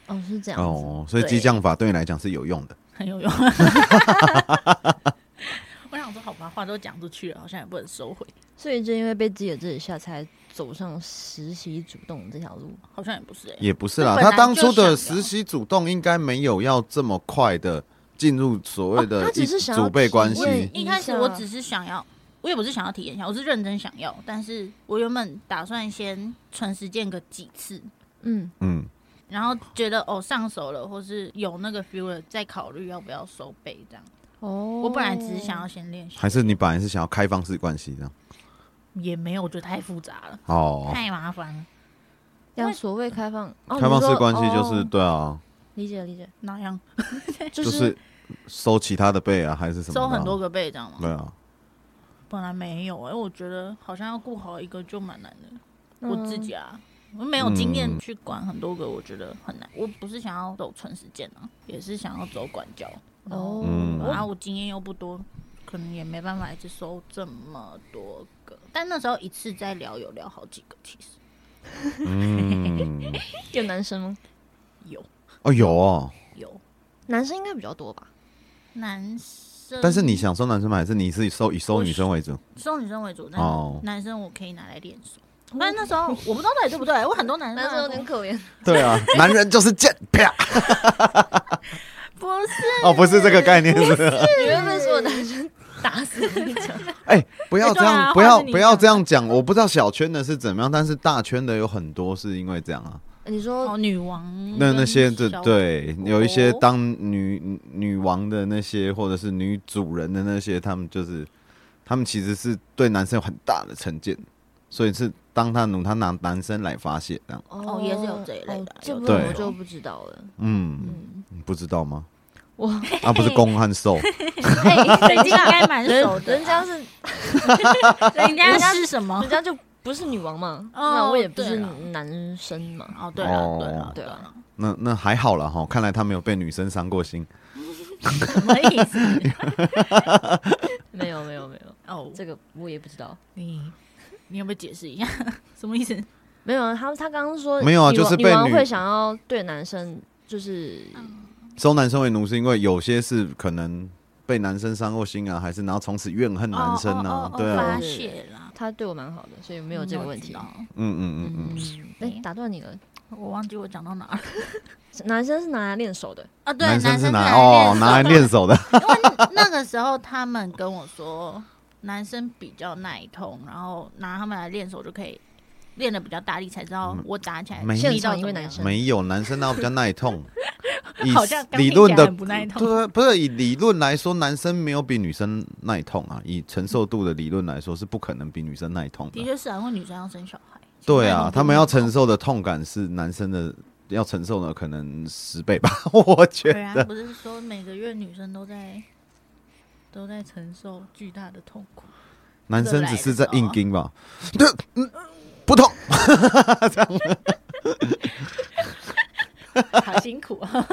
S2: 哦是这样子
S1: 哦，所以
S3: 对
S1: 激将法对你来讲是有用的。
S3: 很 有用。我想说，好吧，话都讲出去了，好像也不能收回，
S2: 所以就因为被自己的这一下，才走上实习主动这条路。
S3: 好像也不是哎、
S1: 也不是啦，
S3: 这本来
S1: 他当初的
S3: 就想要
S1: 实习主动应该没有要这么快的进入所谓
S2: 哦
S1: 的
S2: 他
S1: 一
S2: 只是想要
S1: 祖辈关
S2: 体验
S1: 系。
S3: 一开始我只是想要，我也不是想要体验一下，我是认真想要，但是我原本打算先纯实践个几次，
S2: 嗯，
S1: 嗯，
S3: 然后觉得哦上手了，或是有那个 feel 了，再考虑要不要收背这样。
S2: 哦
S3: 我本来只是想要先练习，
S1: 还是你本来是想要开放式关系这样？
S3: 也没有，我觉得太复杂了，
S1: 哦，
S3: 太麻烦了。
S2: 要所谓开放，哦、
S1: 开放
S2: 你
S1: 式
S2: 说
S1: 关系就是、
S2: 哦
S1: 对啊，
S2: 理解理解，
S3: 哪样？
S2: 就
S1: 就是收其他的贝啊，还是什么的啊？
S3: 收很多个背这样吗？
S1: 对 啊，
S3: 本来没有哎、我觉得好像要顾好一个就蛮难的。
S2: 嗯
S3: 我自己啊，我没有经验
S1: 嗯
S3: 去管很多个，我觉得很难。我不是想要走纯实践啊，也是想要走管教。
S2: 哦，
S1: 嗯
S3: 然后我经验又不多，可能也没办法一次收这么多个。但那时候一次在聊有聊好几个，其实
S1: 嗯，
S2: 有男生吗？
S3: 有
S1: 哦有哦，
S3: 有
S2: 男生应该比较多吧？
S3: 男生，
S1: 但是你想收男生吗？还是你是收以收
S3: 我
S1: 女生为主？
S3: 收女生为主，但
S1: 哦
S3: 男生我可以拿来练手。但那时候我不知道到底对不对，我很多男生
S2: 男
S3: 拿
S2: 生
S3: 来
S2: 有
S3: 跟
S2: 点
S3: 我
S2: 可怜，
S1: 对啊，男人就是贱， 啪！
S3: 不是
S1: 哦，不是这个概念，是不是？
S2: 你会被所有男生打死我跟你讲。
S1: 哎、不要
S3: 哎
S1: 这
S3: 对啊
S1: 样，
S3: 话
S1: 不要
S3: 是你
S1: 不要
S3: 讲
S1: 这样讲。我不知道小圈的是怎么样，但是大圈的有很多是因为这样啊。
S2: 你说
S3: 哦，女王
S1: 那那
S3: 跟
S1: 些这
S3: 小
S1: 对有一些
S3: 国
S1: 当女女王的那些，或者是女主人的那些，他们就是他们其实是对男生有很大的成见，所以是当他奴，他拿男生来发泄这样。
S2: 哦
S3: 也是有这一类的
S2: 哦这
S3: 有
S2: 部
S1: 这
S2: 分
S1: 种
S2: 我就不知道 了。
S1: 嗯，
S2: 嗯，
S1: 你不知道吗？
S2: 我
S1: 啊，不是攻和受，
S3: 哎，人家应该蛮熟
S2: 人
S3: 的啊，
S2: 人家是
S3: 人家是什么
S2: 人？家就不是女王嘛，
S3: 哦
S2: 那我也不是
S3: 对啦
S2: 男生嘛。
S3: 哦，对了，对
S1: 哦
S3: 了，
S2: 对
S3: 对
S2: 啊
S3: 了，
S1: 那那还好了哈。看来他没有被女生伤过心。
S3: 什么意思？
S2: 没有没有没有，
S3: 哦，
S2: 这个我也不知道。
S3: 你你有没有解释一下 什么意思？
S2: 没有啊，他他刚刚说
S1: 没有啊
S2: 女
S1: 就
S2: 王
S1: 是被
S2: 女王
S1: 女
S2: 会想要对男生就是
S1: 收男生为奴是因为有些是可能被男生伤过心啊，还是然后从此怨恨男生
S3: 哦
S1: 啊
S3: 哦哦，哦
S1: 对啊
S3: 发，泄啦，
S2: 他对我蛮好的，所以没有这个问题
S3: 我。知
S1: 嗯嗯嗯嗯，
S2: 嗯，哎，打断你了，
S3: 道我忘记我讲到哪儿了
S2: 男生是拿来练手的，
S3: 啊？对，
S1: 生是
S3: 拿
S1: 拿哦拿来
S3: 练
S1: 练 手的，
S3: 手。那个时候他们跟我说，男生比较耐痛，然后拿他们来练手就可以练的比较大力，才知道我打起来
S1: 嗯没
S3: 力
S2: 现
S3: 道
S2: 场因
S3: 怎
S2: 为
S3: 么
S2: 男
S3: 样。
S2: 生
S1: 没有男生哪有比较耐痛？以
S3: 好像刚
S1: 理
S3: 听
S1: 论
S3: 起来
S1: 的
S3: 很不耐痛
S1: 对，啊不是以理论来说，男生没有比女生耐痛啊。以承受度的理论来说，是不可能比女生耐痛
S3: 的
S1: 的。
S3: 确是啊，因为女生要生小孩。
S1: 对啊，他们要承
S3: 受。
S1: 受的痛感是男生的要承受的可能十倍吧， 我觉
S3: 对啊，
S1: 得。
S3: 不是说每个月女生都在都在承受巨大的痛 苦。
S1: 男生只是在硬盯吧，对，嗯，不痛。
S3: 好辛苦啊！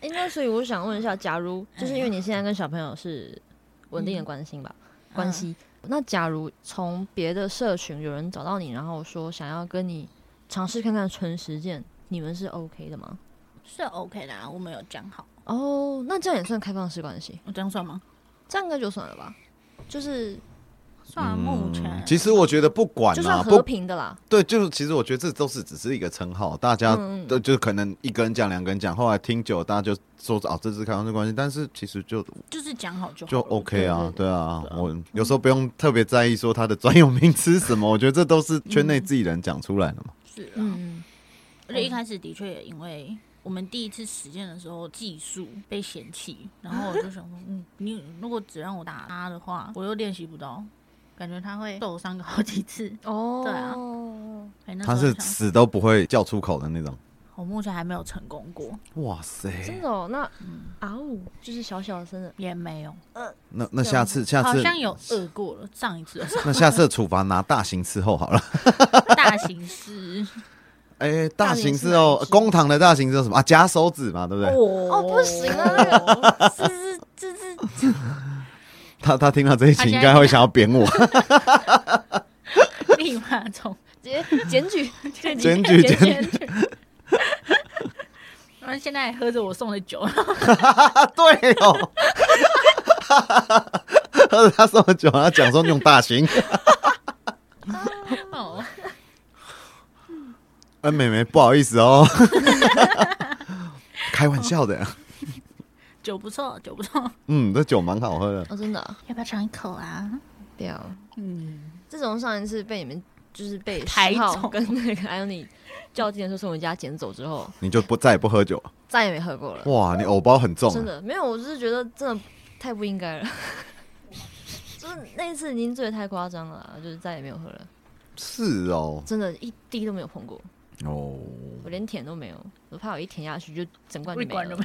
S2: 哎，那所以我想问一下，假如就是因为你现在跟小朋友是稳定的关系吧，关系，那假如从别的社群有人找到你，然后说想要跟你尝试看看纯实践，你们是 OK 的吗？
S3: 是 OK 的、啊，我们有讲好，
S2: 哦，那这样也算开放式关系，
S3: 我这样算吗？
S2: 这样应该就算了吧，就是
S3: 算啊，目前、
S1: 其实我觉得不管
S2: 就
S1: 啊，
S2: 算
S1: 不
S2: 和平的啦，
S1: 对，就是其实我觉得这都是只是一个称号，大家
S2: 嗯嗯
S1: 都就是可能一个人讲两个人讲，后来听久了大家就说哦，这是开放式关系，但是其实就
S3: 就是讲好就好
S1: 就
S3: 了
S1: OK 啊，
S2: 对
S1: 对啊，
S3: 对啊
S1: 我有时候不用特别在意说他的专有名词是什么，我觉得这都是圈内自己人讲出来的嘛。
S3: 是啊，
S2: 嗯，
S3: 而且一开始的确也因为。我们第一次实践的时候，技术被嫌弃，然后我就想说，嗯，你如果只让我打他的话，我又练习不到，感觉他会受伤个好几次。
S2: 哦，
S3: 对啊哎
S2: 嗯
S3: 那时
S1: 他
S3: 候
S1: 是
S3: 想
S1: 死都不会叫出口的那种。
S3: 我目前还没有成功过，
S1: 哇塞，
S2: 真的哦，那
S3: 嗯
S2: 啊呜，就是小小声的，
S3: 也没有，
S1: 那那下次下
S3: 好
S1: 次
S3: 像 有饿过了，上一次的时候
S1: 那下次的处罚拿大型伺候好了。
S3: 大型是
S1: 哎，
S2: 大
S1: 大
S2: 型
S1: 型
S2: 是
S1: 伺候
S2: 哪一，只
S1: 公堂的大型伺候什么啊？夹手指嘛，对不对？
S2: 哦
S3: 哦
S2: 不行啊
S3: 啊，是是这是
S1: 他他听到这一
S3: 他
S1: 集
S3: 现
S1: 应
S3: 在
S1: 该会想要扁我。
S3: 立马 从，
S2: 直接检举检
S1: 检举
S2: 检
S1: 检
S2: 举，
S3: 然后现在还喝着我送的酒，
S1: 对哦，喝了他送的酒，他讲说用大 型。
S3: 哦，
S1: 哎，妹妹，不好意思哦， 开玩笑的。
S3: 酒不错，酒不错，
S1: 嗯，这酒蛮好喝的。
S2: 哦真的啊
S3: 要不要尝一口啊？
S2: 掉。
S3: 嗯，
S2: 自从上一次被你们就是被
S3: 抬
S2: 十号
S3: 走
S2: 跟那个还有你较劲的时候从我家捡走之后，
S1: 你就不再也不喝酒？
S2: 再也没喝过了。
S1: 哇，你藕包很重、
S2: 真
S1: 啊，
S2: 的没有，我就是觉得真的太不应该了。 就是那一次已经醉得太夸张了啊，就是再也没有喝了，
S1: 是哦，
S2: 真的，一滴都没有碰过，
S1: 哦，
S2: 我连舔都没有，我怕我一舔下去就整罐就
S3: 一
S2: 没
S3: 关
S2: 了
S3: 都。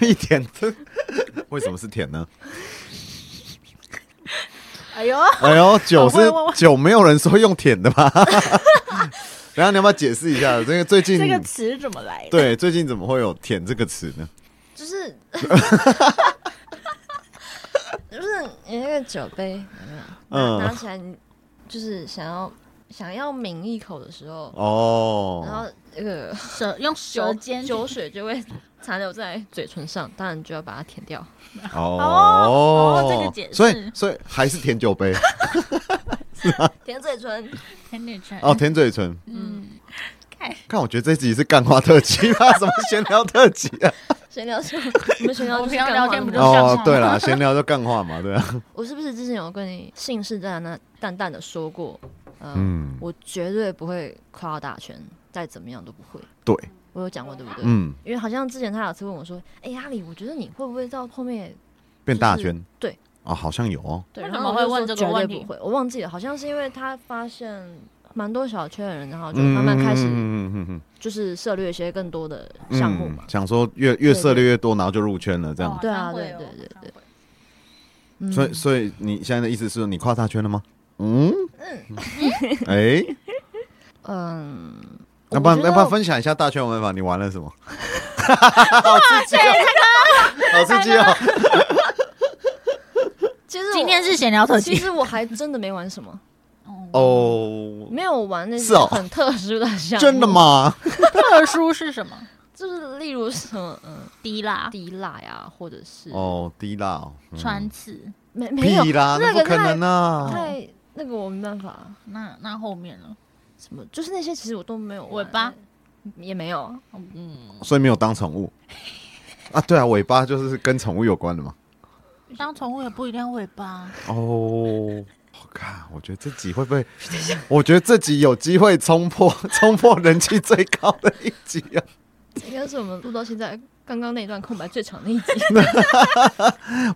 S3: 没
S1: 一点这为什么是甜呢？
S3: 哎呦，
S1: 哎呦，酒是
S3: 喂喂喂
S1: 酒，没有人说用舔的吧？ 然后你要不要解释一下这个最近
S3: 这个词怎么来的？
S1: 对最近怎么会有“舔”这个词呢？
S2: 就是， 就是你那个酒杯有没有？
S1: 嗯
S2: 拿起来，你就是想要想要抿一口的时候，然
S1: 哦，
S2: 后那个
S3: 舌用舌
S2: 酒
S3: 尖
S2: 酒水就 会残留在嘴唇上，当然就要把它舔掉。
S3: 哦这个解释
S1: 所以所以还是舔酒杯
S2: 舔嘴唇，
S3: 舔女唇
S1: 哦，舔嘴唇。
S3: 嗯，看
S1: 看，我觉得这集是干花特辑吧？什么闲聊特辑 啊？
S2: 闲聊 就我们闲聊
S3: 我
S2: 就是
S3: 平常
S2: 干
S3: 聊
S2: 话
S3: 天
S2: 的
S3: 不
S2: 嘛
S3: 就像
S1: 哦
S3: 吗，
S1: 对啦，闲聊就干话嘛，对啊。
S2: 我是不是之前有跟你信誓旦旦、淡淡的说过？呃、
S1: 嗯，
S2: 我绝对不会夸大全，再怎么样都不会。
S1: 对，
S2: 我有讲过对不对？
S1: 嗯，
S2: 因为好像之前他有次问我说：“哎、阿里，我觉得你会不会到后面
S1: 变大圈。
S2: 对。
S1: 哦，好像有哦。
S2: 对？”
S3: 为
S2: 然
S3: 什
S2: 后
S3: 么
S2: 我就
S3: 会问
S2: 说
S3: 这个问
S2: 绝对
S3: 题
S2: 不会，我忘记了，好像是因为他发现蛮多小圈的人，然后就慢慢开始
S1: 嗯嗯嗯
S2: 就是涉略一些更多的
S1: 嗯
S2: 项目嘛。
S1: 想说越越涉猎越多，然后就入圈了这样。
S2: 对
S3: 好
S2: 啊
S3: 像会哦
S2: 对对对
S3: 好像会
S2: 嗯
S1: 所以所以你现在的意思是你跨大圈了吗？嗯嗯，哎、
S2: 嗯，
S1: 要不然
S2: 我觉得
S1: 要不然分享一下大圈玩法，你玩了什 么？好刺激哦！好刺激哦！
S2: 其实我
S3: 今天是闲聊特
S2: 其
S3: 辑
S2: 实我还真的没玩 什么，
S1: 哦，
S2: 没有玩那
S1: 是
S2: 些
S1: 哦
S2: 很特殊的项目。
S1: 真的？吗？
S3: 特殊是什么？
S2: 就是例如什么嗯
S3: 滴啦、
S2: 滴蜡呀，或者是
S1: 哦，低啦、哦，嗯
S3: 穿刺，
S2: 没嗯没有
S1: 屁啦，
S2: 那
S1: 不
S2: 个
S1: 可
S2: 太
S1: 能啊！
S2: 太那个我没办法，
S3: 那那后面呢？
S2: 什么就是那些其实我都没有玩
S3: 尾巴
S2: 也没有，
S1: 所以没有当宠物啊？对啊，尾巴就是跟宠物有关的嘛。
S3: 当宠物也不一定要尾巴，啊
S1: 哦，我看，我觉得这集会不 会？我觉得这集有机会冲破冲破人气最高的一集啊！
S2: 应该是我们录到现在刚刚那一段空白最长的一 集。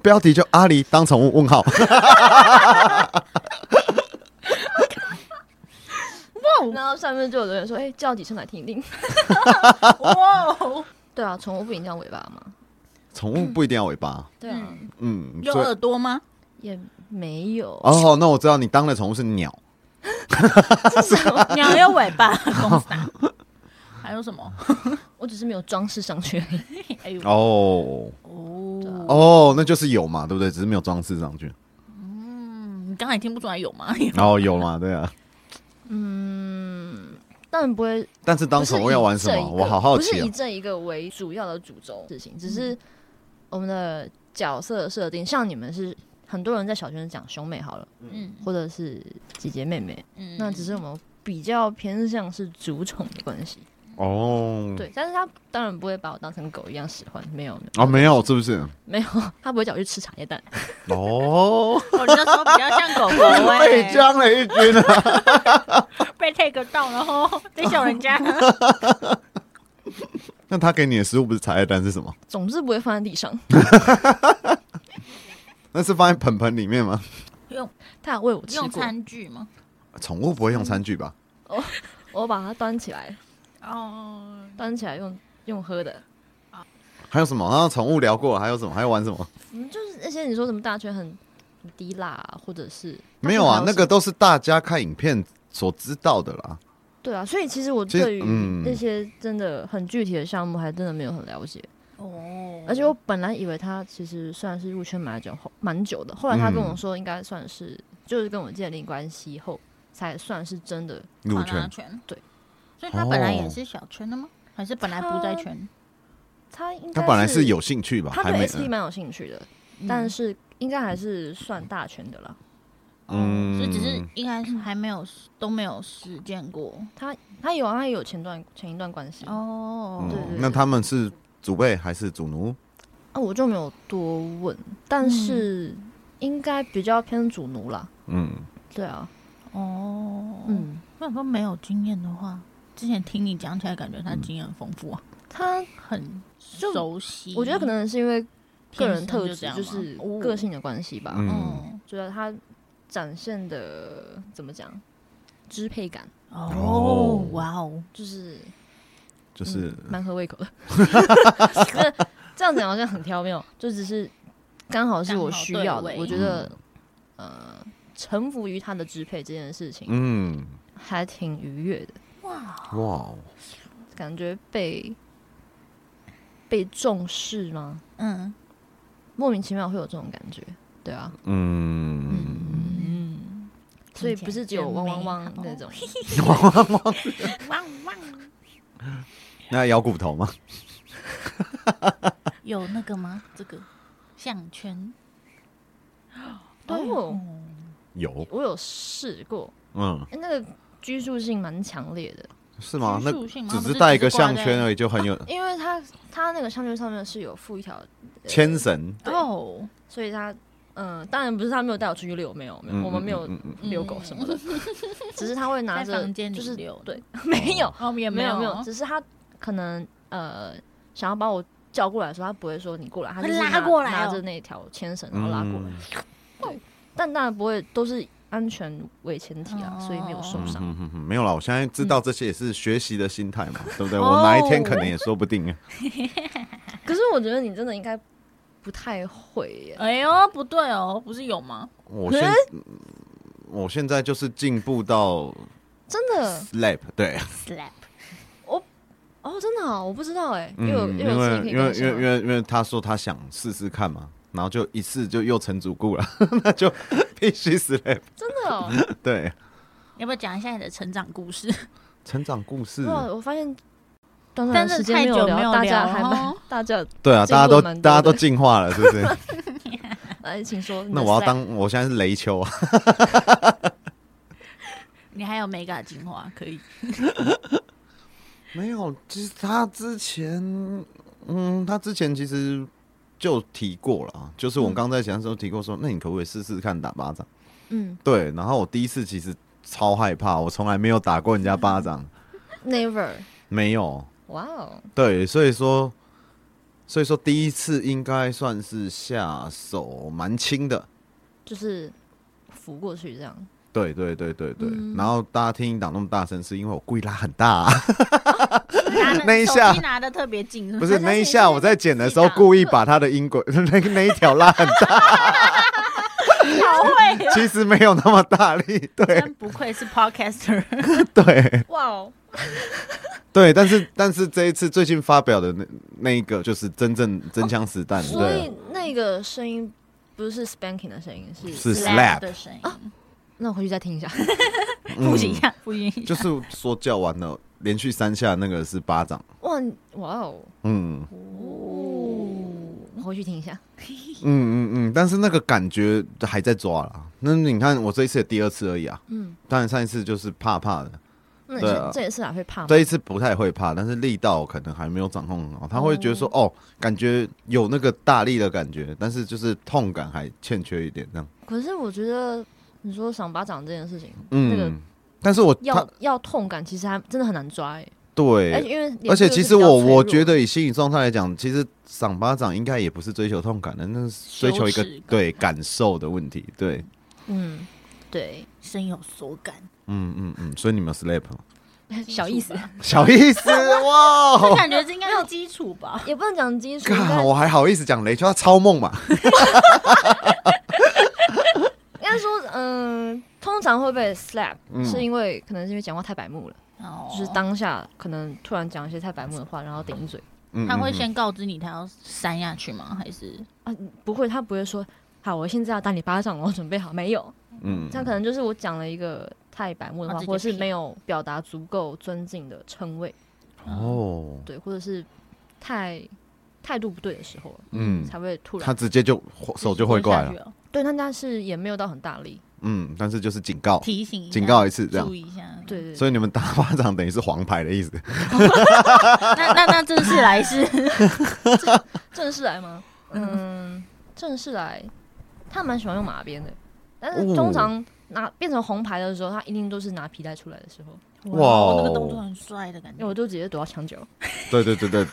S1: 标题就阿狸当宠物？问 号。
S2: 然后上面就有人说：“哎、叫几声来听一听。
S3: 哇哦，”
S2: 对啊，宠物不一定要尾巴嘛。
S1: 宠物不一定要尾巴，
S2: 对啊，
S3: 嗯
S1: 嗯，
S3: 有
S1: 所以
S3: 耳朵吗？
S2: 也没有。
S1: 哦，好那我知道你当的宠物是鸟，
S3: 哦鸟有尾巴，公司啊还有什么？
S2: 我只是没有装饰上去而已。
S3: 哎
S2: 嗯
S3: 呦
S1: 哦
S3: 哦，
S1: 哦，那就是有嘛，对不对？只是没有装饰上去。
S3: 嗯，你刚才听不出来有吗？
S1: 哦，有嘛，对啊。
S2: 嗯，但不会。
S1: 但是当
S2: 不是
S1: 宠物要玩什
S2: 以这
S1: 么？
S2: 一个
S1: 我好好
S2: 不
S1: 奇
S2: 是以
S1: 哦。
S2: 这一个为主要的主轴事情，只是我们的角色设定，像你们是很多人在小圈子讲兄妹好了，
S3: 嗯
S2: 或者是姐姐妹妹，
S3: 嗯，
S2: 那只是我们比较偏向是主宠的关系。
S3: 嗯
S1: 哦，
S2: 对，但是他当然不会把我当成狗一样使唤，没有没有
S1: 哦，没有，是不是？
S2: 没有，他不会叫我去吃茶叶蛋。
S1: 哦，
S3: 我就说比较像狗狗哎，
S2: 欸
S1: 被江了一军啊！
S3: 被 take 到，然后 被笑人家。
S1: 那他给你的食物不是茶叶蛋是什么？
S2: 总之不会放在地上，
S1: 那是放在盆盆里面吗？
S3: 用
S2: 他有喂我吃
S3: 用
S2: 过，
S3: 餐具吗？
S1: 宠物不会用餐具吧？
S2: 我把它端起来，
S3: 哦，
S2: 端起来用用喝的。
S1: 还有什么？然后宠物聊过，还有什么？还有玩什么？
S2: 嗯，就是那些你说什么大圈很很低辣、啊，或者是
S1: 没有啊，
S2: 但是还
S1: 那
S2: 什
S1: 个
S2: 么
S1: 都是大家看影片所知道的啦。
S2: 对啊，所以其实我
S1: 其实
S2: 对于
S1: 嗯
S2: 那些真的很具体的项目还真的没有很了解，
S3: 哦
S2: 而且我本来以为他其实算是入圈蛮久后蛮久的，后来他跟我
S1: 嗯
S2: 说应该算是、就是跟我建立关系后才算是真的
S1: 入
S3: 跨大
S1: 圈
S3: 圈，
S2: 对，
S3: 所以他本来也
S1: 哦
S3: 是小圈的吗？还是本来不在圈？
S2: 他应该
S1: 他本来是，有兴趣吧，
S2: 他
S1: 还
S2: 对
S1: 没嗯
S2: SP 蛮有兴趣的，
S3: 嗯
S2: 但是应该还是算大圈的啦。
S1: 嗯
S3: 所以只是应该是还没有都没有实践过
S2: 他他有啊他也有前段前一段关系哦、
S3: 哦
S1: 嗯
S2: 对对
S1: 那他们是祖辈还是祖奴？
S3: 嗯
S2: 啊，我就没有多问，但是应该比较偏主奴啦。
S1: 嗯，
S2: 对啊，
S3: 哦，嗯，
S2: 嗯，
S3: 那如果没有经验的话，之前听你讲起来，感觉他经验很丰富啊，
S2: 他
S3: 很熟悉。
S2: 我觉得可能是因为个人特
S3: 天生这
S2: 质
S3: 样，吗
S2: 就是个，性的关系吧。
S1: 嗯
S3: 哦
S2: 觉得他展现的怎么讲，支配感
S3: 嗯，
S1: 哦
S3: 哦，哇哦，
S2: 就是
S1: 就是
S2: 嗯蛮合胃口的。 这这样讲好像很挑没有，就只是刚好是我需要
S3: 刚好
S2: 的
S3: 对。位
S2: 我觉得呃，臣服于他的支配这件事情
S1: 嗯，
S2: 还挺愉悦的，
S3: 哇，
S1: 哇哦，
S2: 感觉被被重视吗？
S3: 嗯，
S2: 莫名其妙会有这种感觉，对啊，
S1: 嗯，
S2: 嗯。所以不是只有汪汪汪那种，
S3: 汪汪，
S1: 那咬骨头吗？
S3: 有那个吗？这个项圈，
S2: 对哦
S1: 有，
S2: 我有试过，
S1: 嗯，
S2: 那个拘束性蛮强烈的，
S1: 是吗？那
S3: 拘束性吗
S1: 只
S3: 不
S1: 是
S3: 是
S1: 带
S3: 只
S1: 一个
S3: 是挂
S1: 项
S3: 在
S1: 圈而已，就很有
S2: 因为它它那个项圈上面是有附一条
S1: 牵绳。
S3: 哦，
S2: 所以他，嗯、当然不是他没有带我出去遛，没有，没有，
S1: 嗯
S2: 我们没有
S1: 嗯嗯嗯
S2: 遛狗什 么的，只是他会拿
S3: 在
S2: 着
S3: 房，间里
S2: 就是
S3: 遛
S2: 对，没有，
S3: 哦，也
S2: 没
S3: 有
S2: 没有，只是他可能呃想要把我叫过来的时候，他不会说你过来，他
S3: 会
S2: 就是
S3: 拉
S2: 拿
S3: 过来哦
S2: 拿着那条牵绳然后拉过来，
S1: 嗯
S2: 但当然不会都是安全为前提
S3: 哦
S2: 啊，所以没有受
S1: 嗯
S2: 伤。
S1: 嗯嗯嗯，没有啦，我现在知道这些也是学习的心态嘛，对不对？
S2: 哦
S1: 我哪一天可能也说不定啊。
S2: 可是我觉得你真的应该不太会耶，
S3: 哎呦，不对哦，不是有吗？
S1: 我现嗯我现在就是进步到
S2: 真的
S1: slap，对，
S3: slap，
S2: 哦，真的哦，我不知道哎，又有
S1: 嗯，因
S2: 又有自己可
S1: 为
S2: 以
S1: 因为
S2: 更
S1: 因为因
S2: 新啊。
S1: 为因为他说他想试试看嘛，然后就一次就又成主顾了， 那就必须 slap，
S2: 真的哦。
S1: 对，
S3: 要不要讲一下你的成长故事？
S1: 成长故事，
S2: 哇，我发现短短
S3: 但
S2: 的
S3: 是
S2: 嗯时间
S3: 太
S2: 没
S3: 久
S2: 有
S3: 没有
S2: 聊，大家
S3: 聊
S2: 还蛮
S3: 哦
S2: 大家
S1: 对啊，
S2: 进步
S1: 大家都
S2: 蛮多的
S1: 大家都进化了，是不是？
S2: 来，请说。你的
S1: 那我要
S2: slap
S1: 当我现在是雷丘啊，
S3: 你还有 mega 精华可以，
S1: 没有，其实他之前，嗯，他之前其实就提过了啊，就是我们刚在讲的时候提过说，那你可不可以试试看打巴掌？
S2: 嗯
S1: 对，然后我第一次其实超害怕，我从来没有打过人家巴掌，
S2: ，never，
S1: 没有。
S2: 哇哦，
S1: 对，所以说，所以说第一次应该算是下手蛮轻的。
S2: 就是扶过去这样。
S1: 对对对对对，
S2: 嗯
S1: 然后大家听音档那么大声，是因为我故意拉很大、啊
S3: 拿得
S1: 那一下
S3: 手机拿的特别
S2: 嗯
S3: 近，
S1: 不是
S3: 还
S1: 那一
S3: 你
S1: 下我在剪的时候故意把他的音轨 那那一条 拉很大，
S3: 好会
S2: 啊
S3: 哦，
S1: 其实没有那么大力。对
S3: 真不愧是 podcaster，
S1: 对
S2: 哇哦，
S1: 对，但是但是这一次最近发表的那那一个就是真正真枪实弹，
S2: 哦所以
S1: 对，
S2: 那个声音不是 spanking 的声音，是
S1: 是 slap 哦
S3: 的声音，
S2: 那我回去再 听一下。
S3: 复习一下，
S1: 嗯
S3: 复习一下，
S1: 就是说叫完了连续三下那个是巴掌，
S2: 哇你哇哦，
S1: 嗯。
S2: 我回去听一下。
S1: 嗯嗯嗯，但是那个感觉还在抓啦。那你看我这一次也第二次而已啊，
S2: 嗯，
S1: 当然上一次就是怕怕的，
S2: 那你
S1: 对
S2: 是
S1: 啊
S2: 这也是哪会怕吗？
S1: 这一次不太会怕，但是力道可能还没有掌控很好，他会觉得说哦感觉有那个大力的感觉，但是就是痛感还欠缺一点这样。
S2: 可是我觉得你说赏巴掌这件事情，
S1: 嗯，
S2: 那个
S1: 但是我他
S2: 要要痛感其实还真的很难抓哎，
S1: 对，
S2: 而且因为脸
S1: 而且
S2: 部又
S1: 其
S2: 是
S1: 实
S2: 比较
S1: 我
S2: 脆弱
S1: 我觉得以心理状态来讲，其实赏巴掌应该也不是追求痛感的，那是追求一个
S3: 羞耻感
S1: 对感受的问题。对，
S2: 嗯，对，
S3: 深有所感，
S1: 嗯嗯嗯，所以你们有 slap 吗
S2: 小意思，
S1: 小意 思哇哦，
S3: 我感觉这应该是基础吧，
S2: 也不能讲基础，应
S1: 干，
S2: 该
S1: 我还好意思讲雷丘，他超梦嘛？
S2: 应该说，嗯，通常会被 slap，、
S1: 嗯
S2: 是因为可能是因为讲话太白目了，
S3: 哦
S2: 就是当下可能突然讲一些太白目的话，然后顶一嘴
S1: 嗯
S3: 他会
S1: 嗯嗯
S3: 先告知你他要删下去吗？还是
S1: 哦
S2: 啊，不会，他不会说，好，我现在要打你巴掌，我准备好没有？
S1: 嗯啊
S2: 这样可能就是我讲了一个太白目的话，
S3: 哦直接
S2: 或者是没有表达足够尊敬的称谓，
S1: 哦，
S2: 对，或者是太态度不对的时候，
S1: 嗯，
S2: 才会突
S1: 他
S2: 然
S1: 直接就手就挥过来
S3: 下去
S1: 了，
S3: 哦？
S2: 对，但但是也没有到很大力，
S1: 嗯，但是就是警告，
S3: 提醒一下，
S1: 警告一次这样
S3: 注意一下。
S2: 对，对对，
S1: 所以你们打巴掌等于是黄牌的意思，
S3: 那那那正式来是
S2: 正式来吗？嗯，正式来他蛮喜欢用马鞭的，但
S1: 哦
S2: 是通常拿变成红牌的时候，他一定都是拿皮带出来的时候，
S1: 哇哦
S3: 那个动作很帅的感
S2: 因
S3: 觉
S2: 为。我就直接躲到墙角。
S1: 对对对对，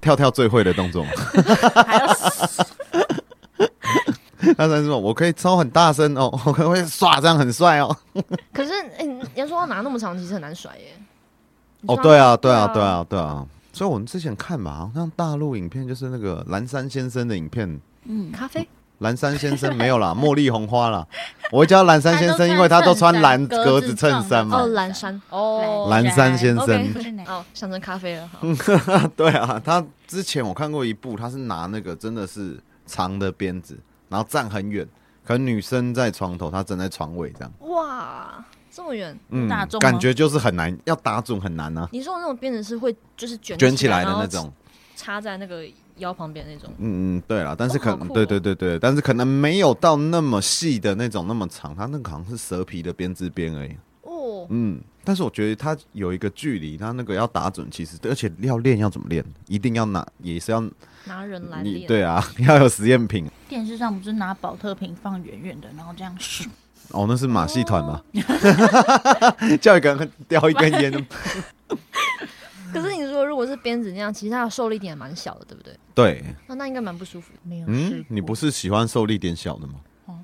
S1: 跳跳最会的动作嘛。
S3: 还 要
S1: 他算是说，我可以超很大声哦， 我可能会耍这样很帅哦。
S2: 可是，哎、你要说他拿那么长，其实很难甩耶。你
S1: 哦
S2: 说，他
S1: 对啊，对啊，对，啊，对啊。所以我们之前看嘛，好像大陆影片就是那个蓝山先生的影片，
S3: 嗯，
S2: 咖啡
S1: 蓝山先生没有啦， 茉莉红花啦。我会叫蓝山先生，因为他都穿蓝格子衬衫嘛
S2: 哦，。蓝山哦，
S1: 蓝山先生
S2: OK 哦，想成咖啡了。
S1: 嗯
S2: 好
S1: 对啊，他之前我看过一部，他是拿那个真的是长的鞭子，然后站很远，可女生在床头，他站在床尾这样。
S2: 哇，这么远！
S1: 嗯
S3: 打中，吗
S1: 感觉就是很难，要打准很难啊，
S2: 你说的那种鞭子是会就是卷
S1: 卷起来的
S2: 然后
S1: 那种。
S2: 插在那个腰旁边那种。
S1: 嗯嗯，对了，但是
S2: 哦
S1: 可
S2: 好
S1: 能、
S2: 酷哦
S1: 对对对对，但是可能没有到那么细的那种那么长，它那个好像是蛇皮的编织边而已。
S2: 哦，
S1: 嗯，但是我觉得它有一个距离，它那个要打准，其实而且要练要怎么练，一定要拿也是要
S2: 拿人来
S1: 你
S2: 练。
S1: 对啊， 要有实验品。
S3: 电视上不是拿保特瓶放远远的，然后这样咻，
S1: 哦，那是马戏团吗？叫一个人叼一根 烟，
S2: 可是你说如果是鞭子那样，其实它的受力点也蛮小的，对不对？
S1: 对，
S2: 那哦那应该蛮不舒服的。
S3: 没有
S1: 嗯，你不是喜欢受力点小的吗？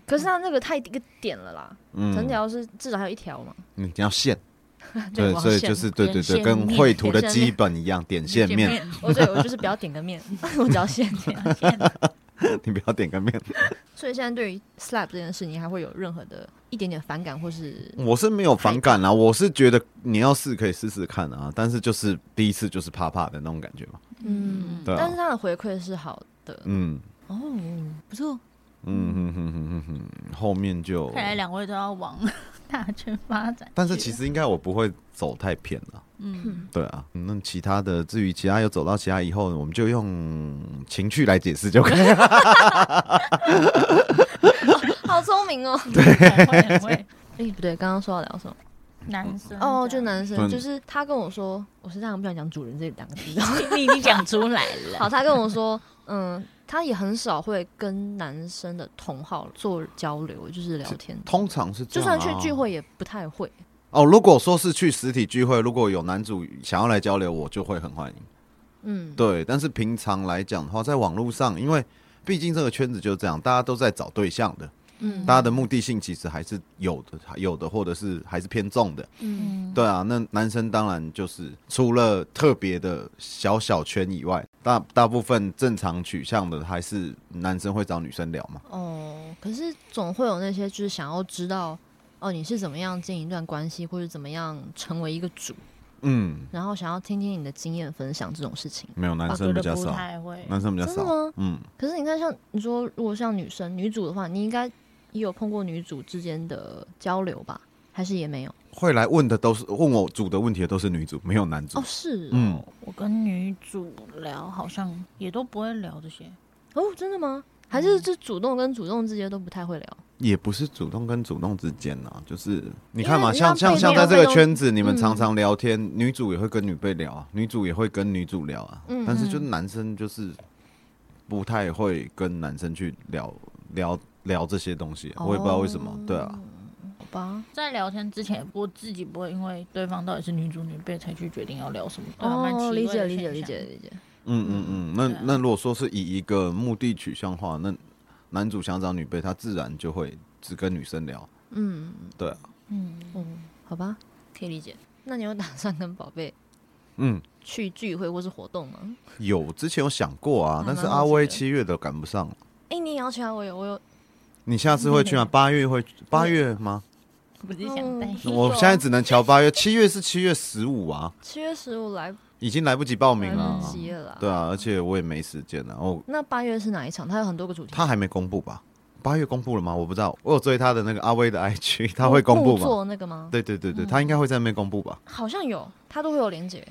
S2: 可是它那个太一个点了啦，
S1: 嗯
S2: 整条是至少还有一 条嘛。
S1: 你要线，
S2: 对
S1: 对，
S2: 我好
S1: 所以
S2: 羡
S1: 就
S2: 慕
S1: 是对对
S3: 点
S1: 对，
S3: 线
S1: 跟
S3: 面
S1: 绘图的
S2: 点线
S1: 基
S2: 面
S1: 本一样，点线面，
S2: 我对我就是不要点 个面，我只要线。
S1: 你不要点个面。
S2: 所以现在对于 slap 这件事，你还会有任何的一点点反感，或是
S1: 我是没有反感啦，我是觉得你要试可以试试看啊，但是就是第一次就是怕怕的那种感觉嘛。
S2: 嗯，
S1: 对啊
S2: 但是它的回馈是好的
S1: 嗯
S2: 哦，不错。
S1: 嗯哼哼哼哼哼，后面就，
S3: 看来两位都要往 大圈发展。
S1: 但是其，实应该我不会走太偏了。
S3: 嗯，
S1: 对啊，嗯那其他的，至于其他有走到其他以后，我们就用情趣来解释就可以了。
S2: 好聪明 哦！
S3: 对，很会 很会。
S2: 哎，不对，刚刚说要聊什么？
S3: 男生
S2: 哦，就
S3: 这样，
S2: 男生，
S1: 嗯
S2: 就是他跟我说，我实际上不想讲主人这两个字。
S3: 你已经讲出来了。
S2: 好，他跟我说，嗯，他也很少会跟男生的同好做交流，就是聊天。
S1: 通常是这
S2: 就
S1: 样啊
S2: 算去聚会也不太会，
S1: 哦，如果说是去实体聚会，如果有男主想要来交流，我就会很欢迎。
S2: 嗯，
S1: 对，但是平常来讲的话，在网络上，因为毕竟这个圈子就是这样，大家都在找对象的。
S2: 嗯
S1: 大家的目的性其实还是有的，有的或者是还是偏重的。
S2: 嗯，
S3: 嗯，
S1: 对啊，那男生当然就是除了特别的小小圈以外，大大部分正常取向的还是男生会找女生聊嘛。
S2: 哦，可是总会有那些就是想要知道，哦，你是怎么样经营一段关系，或者怎么样成为一个主，
S1: 嗯，
S2: 然后想要听听你的经验分享这种事情。
S1: 没有男
S3: 我
S1: 生
S3: 觉
S1: 比
S3: 得
S1: 较
S3: 不
S1: 少，
S3: 太会。
S1: 男生比较
S2: 真的
S1: 少。
S2: 吗？
S1: 嗯，
S2: 可是你看，像你说，如果像女生女主的话，你应该也有碰过女主之间的交流吧？还是也没有？
S1: 会来问的都是问我主的问题的都是女主，没有男主。
S2: 哦，是哦
S1: 嗯，
S3: 我跟女主聊，好像也都不会聊这些。
S2: 哦，真的吗？还是这主动跟主动之间都不太会聊？
S1: 也不是主动跟主动之间呐、就是你
S2: 因为
S1: 看嘛，
S2: 你
S1: 像
S2: 要
S1: 像
S2: 被
S1: 像
S2: 动
S1: 在这个
S2: 被动
S1: 圈子，你们
S2: 嗯
S1: 常常聊天，女主也会跟女被聊啊，女主也会跟女主聊啊，
S2: 嗯
S1: 但是就男生就是不太会跟男生去聊聊聊这些东西啊、我也不知道为什么，
S2: 哦
S1: 对啊，
S2: 好吧，
S3: 在聊天之前，我自己不会因为对方到底是女主女被才去决定要聊什么。对啊，蛮奇怪
S2: 哦，
S3: 的
S2: 理解
S3: 现
S2: 理解
S3: 象
S2: 理解。理解。
S1: 嗯嗯嗯，那
S3: 对啊
S1: 那如果说是以一个目的取向的话，那男主想找女被，他自然就会只跟女生聊，
S2: 嗯，
S1: 对啊，
S3: 嗯，
S2: 嗯，好吧，可以理解。那你有打算跟宝贝
S1: 嗯，
S2: 去聚会或是活动吗？
S1: 有之前有想过啊，
S2: 还
S1: 但是
S2: 嗯蛮好
S1: 阿
S2: 奇
S1: 威
S2: 的
S1: 七月的赶不上了，
S2: 哎、你也要去啊？我有，我有。
S1: 你下次会去吗？八月会八月吗？
S3: 不是想带。
S2: 嗯
S1: 我现在只能瞧八月，七月是七月十五啊，
S2: 七月十五来
S1: 已经来不及报名
S2: 来
S1: 了
S2: 不。及了啦。
S1: 对啊，而且我也没时间了。哦，
S2: 那八月是哪一场？它有很多个主题。
S1: 他还没公布吧？八月公布了吗？我不知道。我有追他的那个阿威的 IG，他会 公布吗？
S2: 做那个吗？
S1: 对对
S2: 嗯
S1: 对对，他应该会在那边公布吧？
S2: 好像有，它都会有连接。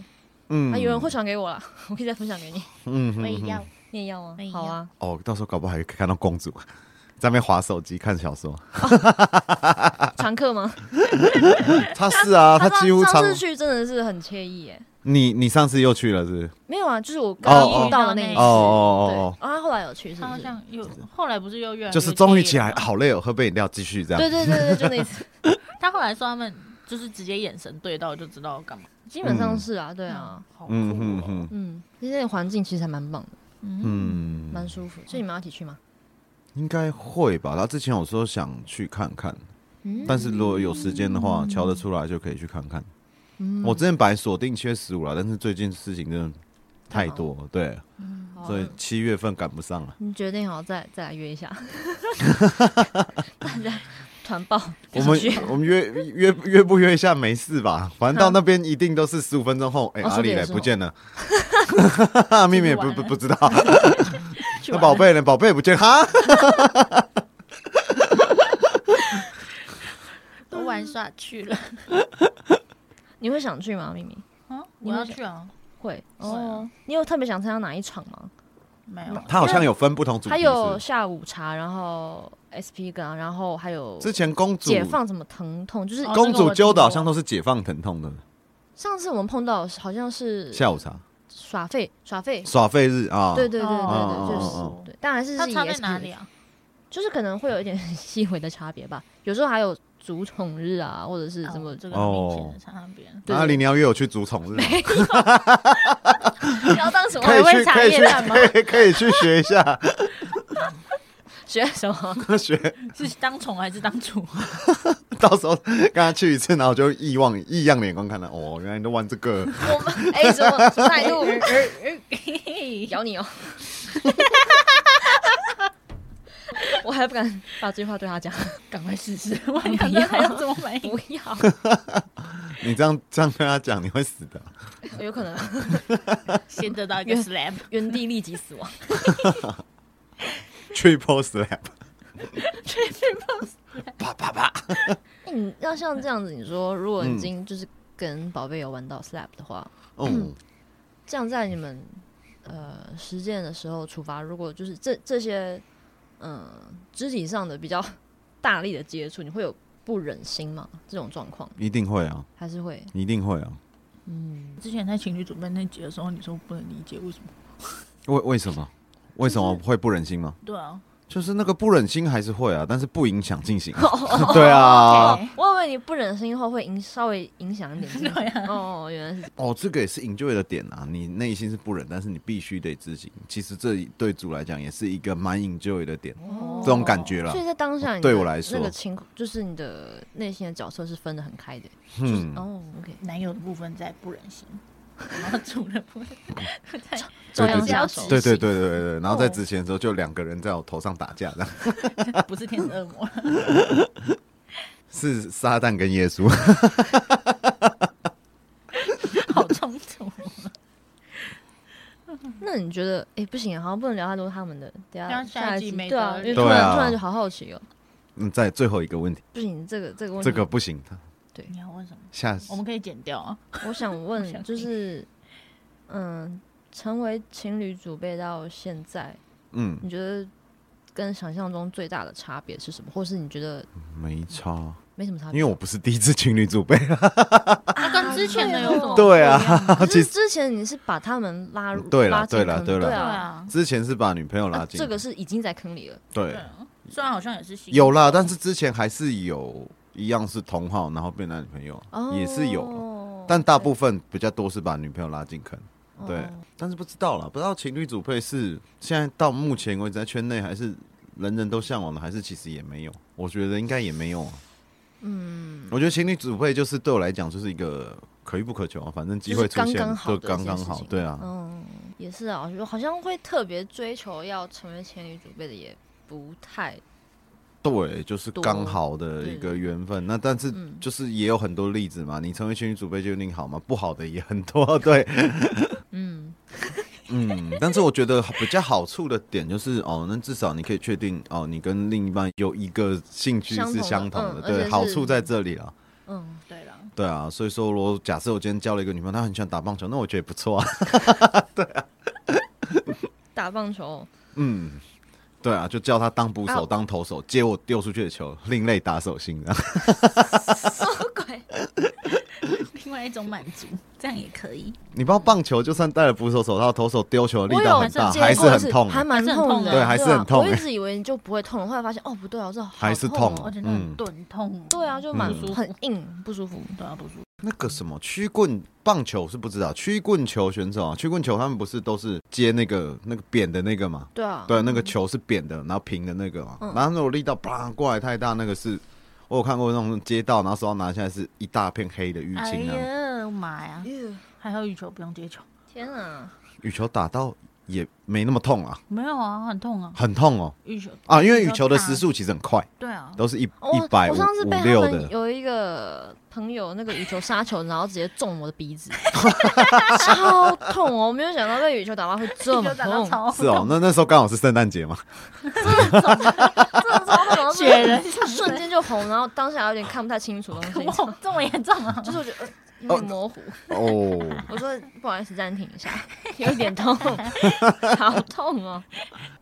S1: 嗯
S2: 啊，，有人会传给我啦， 我可以再分享给你。
S1: 嗯
S3: 我也
S1: 哼哼
S3: 要。
S2: 你也要吗
S3: 我也？要
S2: 好啊，
S1: 哦，到时候搞不好还可以看到公主 在那边划手机看小 说。
S2: 常客吗？
S1: 他是啊，他啊
S2: 上
S1: 几乎
S2: 上
S1: 常
S2: 次去真的是很惬意耶，
S1: 你你上次又去了是不是？
S2: 没有啊，就是我刚刚
S1: 哦
S2: 遇到的那一
S3: 没
S2: 次。
S3: 事
S1: 哦哦哦
S2: 对，啊，他后来有去是
S3: 他
S2: 不
S3: 好
S2: 是？
S3: 像又后来不是又越来
S1: 哦，嗯
S3: 越
S1: 就是终于起
S3: 烈
S1: 来，
S3: 了吗
S1: 好累哦，喝杯饮料继续这
S2: 对
S1: 样。
S2: 对对对，就那 一次，
S3: 他后来说他们就是直接眼神对到就知道要干嘛。
S2: 基本上是啊，对啊，，
S3: 好酷
S1: 嗯哼
S3: 哦。
S1: 哼
S2: 嗯，其实那个环境其实还蛮棒的，
S1: 嗯，
S2: 蛮舒服。所以你们要一起去吗？
S1: 应该会吧。他之前有说想去看看，
S2: 嗯
S1: 但是如果有时间的话，瞧得出来就可以去看看。我之前本来锁定七月十五了，但是最近事情真的太多，对，
S3: 嗯
S2: 好啊
S1: 所以七月份赶不上了。
S2: 你决定好再再来约 一下，大家团报
S1: 我们
S2: 一起去
S1: 我们约约约不约一下没事吧？反正到那边一定都是十五分钟后，哎、
S2: 哦
S1: 阿
S2: 说不
S1: 里
S2: 定
S1: 嘞
S2: 是
S1: 不
S2: 我
S1: 见了，秘密也不不不知道，
S2: 去
S1: 那
S2: 玩
S1: 宝贝呢？宝贝也不见哈，
S3: 都玩耍去了。
S2: 你会想去吗？咪咪
S3: 嗯，
S2: 你
S3: 我
S2: 会
S3: 要
S2: 想
S3: 去啊，
S2: 会
S3: 会啊
S2: 哦。你有特别想参加哪一场吗？
S3: 没有。
S1: 他好像有分不同主题
S2: 还
S1: 是不是，
S2: 有下午茶，然后 SP 跟，啊然后还有
S1: 之前公主
S2: 解放什么疼痛，就是
S3: 哦
S1: 公
S3: 这个我
S1: 主
S3: 听
S1: 揪的好
S3: 过
S1: 像都是解放疼痛的
S2: 上次我们碰到好像是
S1: 下午茶
S2: 耍废耍废，
S1: 耍废日啊，
S2: 对对对对
S1: 哦
S2: 对，就
S1: 哦哦
S2: 是对，当然是
S3: 他
S2: 是以
S3: 差在
S2: SP
S3: 哪
S2: 为
S3: 里啊？
S2: 就是可能会有一点 细微的差别吧。有时候还有主宠日啊，或者是什么
S3: 哦这个明显的差那 边。
S2: 对
S1: 阿啊里你要约我去竹筒日吗，啊
S2: 要当什么
S1: 可以
S2: 还
S1: 去
S2: 会
S1: 可
S2: 茶
S1: 以
S2: 叶蛋
S1: 去
S2: 吗？
S1: 可以 可以去学一下
S2: 学什么？
S1: 学，
S3: 是当宠还是当 主？
S1: 到时候跟他去一次，然后就异望异样的眼光看他，哦，原来你都玩这 个，
S2: 我们哎， 什么什么态度？咬你哦！ 我还不敢把这句话对他讲，
S3: 赶快试试，我
S2: 不
S3: 想
S2: 要
S3: 到他要怎么 反应。
S2: 不要，
S1: 你这样这样跟他讲，你会死的。
S2: 有可能
S3: 先得 到一个 slap，
S2: 原地立即死亡。
S1: Triple slap，啪啪啪！
S2: 哎你要像这样子，你说如果已经就是跟宝贝有玩到 slap 的话，
S1: 嗯，
S2: 这样在你们呃实践的时候出发，如果就是这这些嗯、呃肢体上的比较大力的接触，你会有不忍心吗？这种状况
S1: 一定会啊，
S2: 还是会
S1: 一定会啊。
S2: 嗯，
S3: 之前在情侣准备那集的时候，你说不能理解为什么？
S1: 为为什么？为什么会不忍心吗？
S3: 对啊，
S1: 就是那个不忍心还是会啊，但是不影响进行
S2: 哦
S1: 啊。 对啊，
S3: OK
S2: 我以为你不忍心后会影稍微影响一点 自己
S3: 对啊
S2: 哦，原来是这样
S1: 哦，这个也是 enjoy 的点啊。你内心是不忍，但是你必须得执行。其实这对主来讲也是一个蛮 enjoy 的点，
S2: 哦
S1: 这种感觉啦
S2: 所。以在当下你的
S1: 哦对我来说
S2: 那个情况就是你的内心的角色是分得很开的。
S1: 嗯，
S2: 哦，OK，
S3: 男友的部分在不忍 心，然后主的部分在
S2: 照
S1: 对
S2: 样
S1: 对
S2: 下
S1: 对
S2: 手。
S1: 对对对对对。然后在之前的时候，就两个人在我头上打架，这样
S3: 不是天使恶魔，
S1: 是撒旦跟耶稣。
S3: 好冲突。
S2: 那你觉得，哎，不行啊，好像不能聊太多他们的，等
S3: 等
S2: 下
S3: 下下一集
S2: 一集
S3: 没
S2: 对啊，
S3: 得
S2: 因为突
S1: 聊对
S2: 然
S1: 啊
S2: 突然就好好奇哦。
S1: 嗯，在最后一个问题，
S2: 不行，这个这个问题，
S1: 这个不行，
S3: 你要问什么？
S1: 下
S3: 我们可以剪掉啊。
S2: 我想
S3: 我想
S2: 问，就是，嗯，成为情侣祖辈到现在，
S1: 嗯
S2: 你觉得跟想象中最大的差别是什么？或是你觉得
S1: 没差。
S2: 没什么差
S1: 因
S2: 别？
S1: 为我不是第一次情侣组被了，
S3: 那啊跟之前的有什么？
S1: 对啊，
S2: 可
S1: 其
S2: 是之前你是把他们拉入，
S1: 对啦
S2: 拉进
S1: 对啦
S2: 坑
S1: 对啦
S2: 对
S3: 对
S2: 啊，
S3: 啊，
S1: 之前是把女朋友拉
S2: 啊
S1: 进、
S2: 这个是已经在坑里了。
S1: 对
S3: 对啊。虽然好像也是新
S1: 有啦，但是之前还是有一样是同号，然后变男女朋友、
S2: 哦，
S1: 也是有，但大部分比较多是把女朋友拉进坑，对，
S2: 对哦哦
S1: 但是不知道啦，不知道情侣组配是现在到目前为止在圈内还是人人都向往的，还是其实也没有，我觉得应该也没有、啊，嗯，我觉得情侣组配就是对我来讲就是一个可遇不可求啊，反正机会出
S2: 就是
S1: 现
S2: 刚刚好
S1: 就
S2: 的
S1: 刚刚
S2: 一件事
S1: 好
S2: 情，
S1: 对啊，
S2: 嗯，也是啊，我觉得好像会特别追求要成为前女主辈的也不太，
S1: 对，就是刚好的一个缘分。那但是
S2: 嗯
S1: 就是也有很多例子嘛，你成为情侣组辈就一定好吗？不好的也很多， 对，
S2: 嗯，
S1: 嗯。但是我觉得比较好处的点就是，哦，那至少你可以确定，哦，你跟另一半有一个兴趣
S2: 相同
S1: 是
S2: 的
S1: 相同的，
S2: 嗯而且
S1: 对，
S2: 是
S1: 好处在这里啊。
S2: 嗯，
S3: 对 了，
S1: 对啊，所以说我假设我今天交了一个女朋友，她很喜欢打棒球，那我觉得也不错啊。
S2: 打棒球，
S1: 嗯，对啊，就叫她当捕手、
S2: 啊
S1: 当投手，接我丢出去的球，另类打手心啊。
S2: 什么鬼？
S3: 另外一种满足，这样也可以。
S1: 你不知道棒球就算戴了捕手手套，投手丢球的力道
S2: 我有
S1: 很大，
S3: 这
S1: 还是很痛欸、
S2: 还蛮痛的，
S1: 对还是很痛
S2: 啊我
S1: 欸
S2: 一直以为你就不会痛了，后来发现哦不对啊，这好
S1: 还是
S2: 痛
S1: 痛
S2: 哦。
S3: 而且那
S1: 嗯
S3: 种钝痛， 哦
S2: 对啊，就蛮
S1: 嗯
S3: 不舒
S2: 很硬，不舒服。
S3: 对啊，不舒服。
S1: 那个什么曲棍棒球是不知道，曲棍球选手啊，曲棍球他们不是都是接那个那个扁的那个嘛？
S2: 对啊，
S1: 对，那个球是扁的，然后平的那个嘛，
S2: 嗯
S1: 然后那种力道啪过来太大，那个是我有看过那种街道，然后手上拿下来是一大片黑的淤
S3: 哎
S1: 青啊，
S3: 呀妈呀！
S2: 耶
S3: 还好羽球不用接球，
S2: 天啊，
S1: 羽球打到也没那么痛啊，
S3: 没有啊，很痛啊，
S1: 很痛哦
S3: 羽球
S1: 啊，因为羽球的
S3: 打
S1: 时速其实很快，
S3: 对啊，
S1: 都是一
S2: 哦我
S1: 一百
S2: 我
S1: 五
S2: 上次
S1: 五
S2: 被他
S1: 六
S2: 们
S1: 的，
S2: 有一个朋友那个羽球杀球，然后直接中我的 鼻子，超痛哦！我没有想到被羽球打到会这
S3: 羽
S2: 么
S3: 球打到
S2: 痛，
S3: 超
S1: 是哦，那那时候刚好是圣诞节嘛，
S2: 真的超痛，然后
S3: 血人 上身
S2: 瞬间就红，然后当下有点看不太清楚东西，
S3: 哇，这么严重啊！
S2: 就是我觉得、呃、有点模糊。
S1: 哦，
S2: 我说不好意思，暂停一下，有点痛， 好痛哦！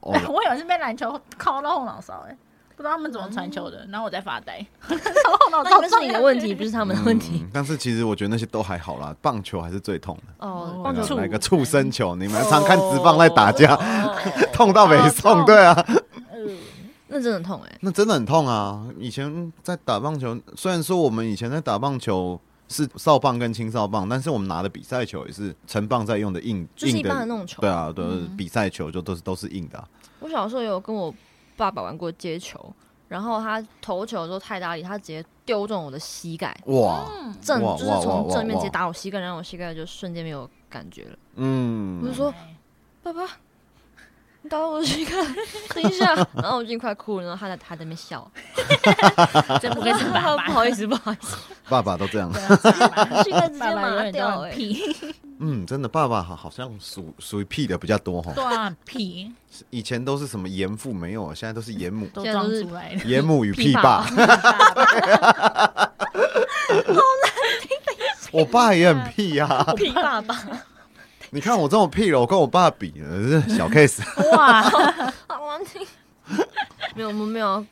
S1: 哦
S3: 我有一次被篮球敲到后脑勺，哎，不知道他们怎么传球的，然后我在发呆，敲后脑
S2: 那应
S3: 勺撞
S2: 该是
S3: 下去
S2: 你的问题，不是他们的问题。
S1: 嗯但是其实我觉得那些都还好啦，棒球还是最痛的。
S2: 哦
S3: 哦，
S2: 棒
S1: 对啊
S2: 球
S1: 来个
S3: 畜
S1: 畜
S3: 生
S1: 生球，你们常看直棒在打架，
S2: 哦
S1: 痛到没
S3: 好
S1: 送，
S3: 痛
S1: 对啊，
S3: 呃
S2: 那真的很痛哎。
S1: 那真的很痛啊！以前在打棒球，虽然说我们以前在打棒球是少棒跟青少棒，但是我们拿的比赛球也是成棒在用的硬
S2: 就是一
S1: 硬
S2: 般的那种球
S1: 对啊，对，
S3: 嗯
S1: 比赛球就都是都是硬的啊、
S2: 我小时候有跟我爸爸玩过接球，然后他投球的时候太大力，他直接丢中我的膝盖，
S1: 哇，
S2: 正
S1: 哇
S2: 就是
S1: 哇哇
S2: 从
S1: 哇
S2: 正面直接
S1: 哇
S2: 打我膝盖，然后我膝盖就瞬间没有感觉了。我就
S1: 嗯，
S2: 说：“爸爸，你打到我的膝盖， 等一下。”然后我已经快哭了，然后他在他在那边笑，
S3: 真不
S2: 我
S3: 愧
S2: 跟
S3: 是爸爸，
S2: 不好意思，不好意 思，
S1: 爸爸都这样，
S3: 啊
S2: 膝盖直接
S3: 爸爸永
S2: 麻
S3: 远都
S2: 掉
S3: 很
S2: 哎、
S3: 皮，
S1: 嗯，真的，爸爸好好像属属于屁的比较多哈
S3: 对，啊，很皮
S1: 以前都是什么严父没有，啊现在都是严母，
S3: 啊都
S2: 现在
S3: 撞
S2: 都是
S3: 出来的。
S1: 严母与
S2: 屁
S1: 屁爸，我爸也很屁呀、啊，
S2: 屁爸爸，
S1: 你看我这么屁了，我跟我爸比呃是小 case，
S3: 哇，
S2: 好难听。 没有，我们没有，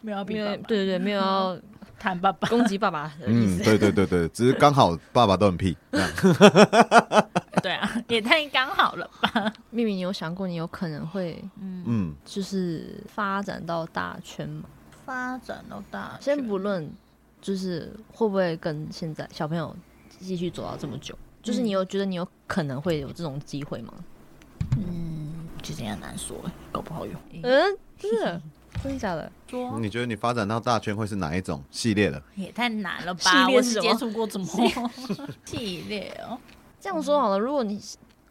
S3: 没有
S2: 没
S3: 比
S2: 有
S3: 爸爸，，
S2: 对对对，没有要
S3: 谈爸爸，
S2: 攻击爸爸的意
S1: 嗯，
S2: 思。
S1: 对对对对，只是刚好爸爸都很屁，这样
S3: 对啊，也太刚好了吧？
S2: 秘密，你有想过你有可能会
S1: 嗯。
S2: 就是发展到大圈吗？
S3: 发展到大学，
S2: 先不论，就是会不会跟现在小朋友继续走到这么久，就是你有觉得你有可能会有这种机会吗？
S3: 嗯，其实也很难说，搞不好有。
S2: 嗯，真的，真的假的？
S3: 说
S1: 你觉得你发展到大圈会是哪一种系列的？
S3: 也太难了
S2: 系
S3: 吧？
S2: 列
S3: 我
S2: 是什
S3: 只
S2: 么
S3: 接触过这么 系列哦，
S2: 这样说好了，如果你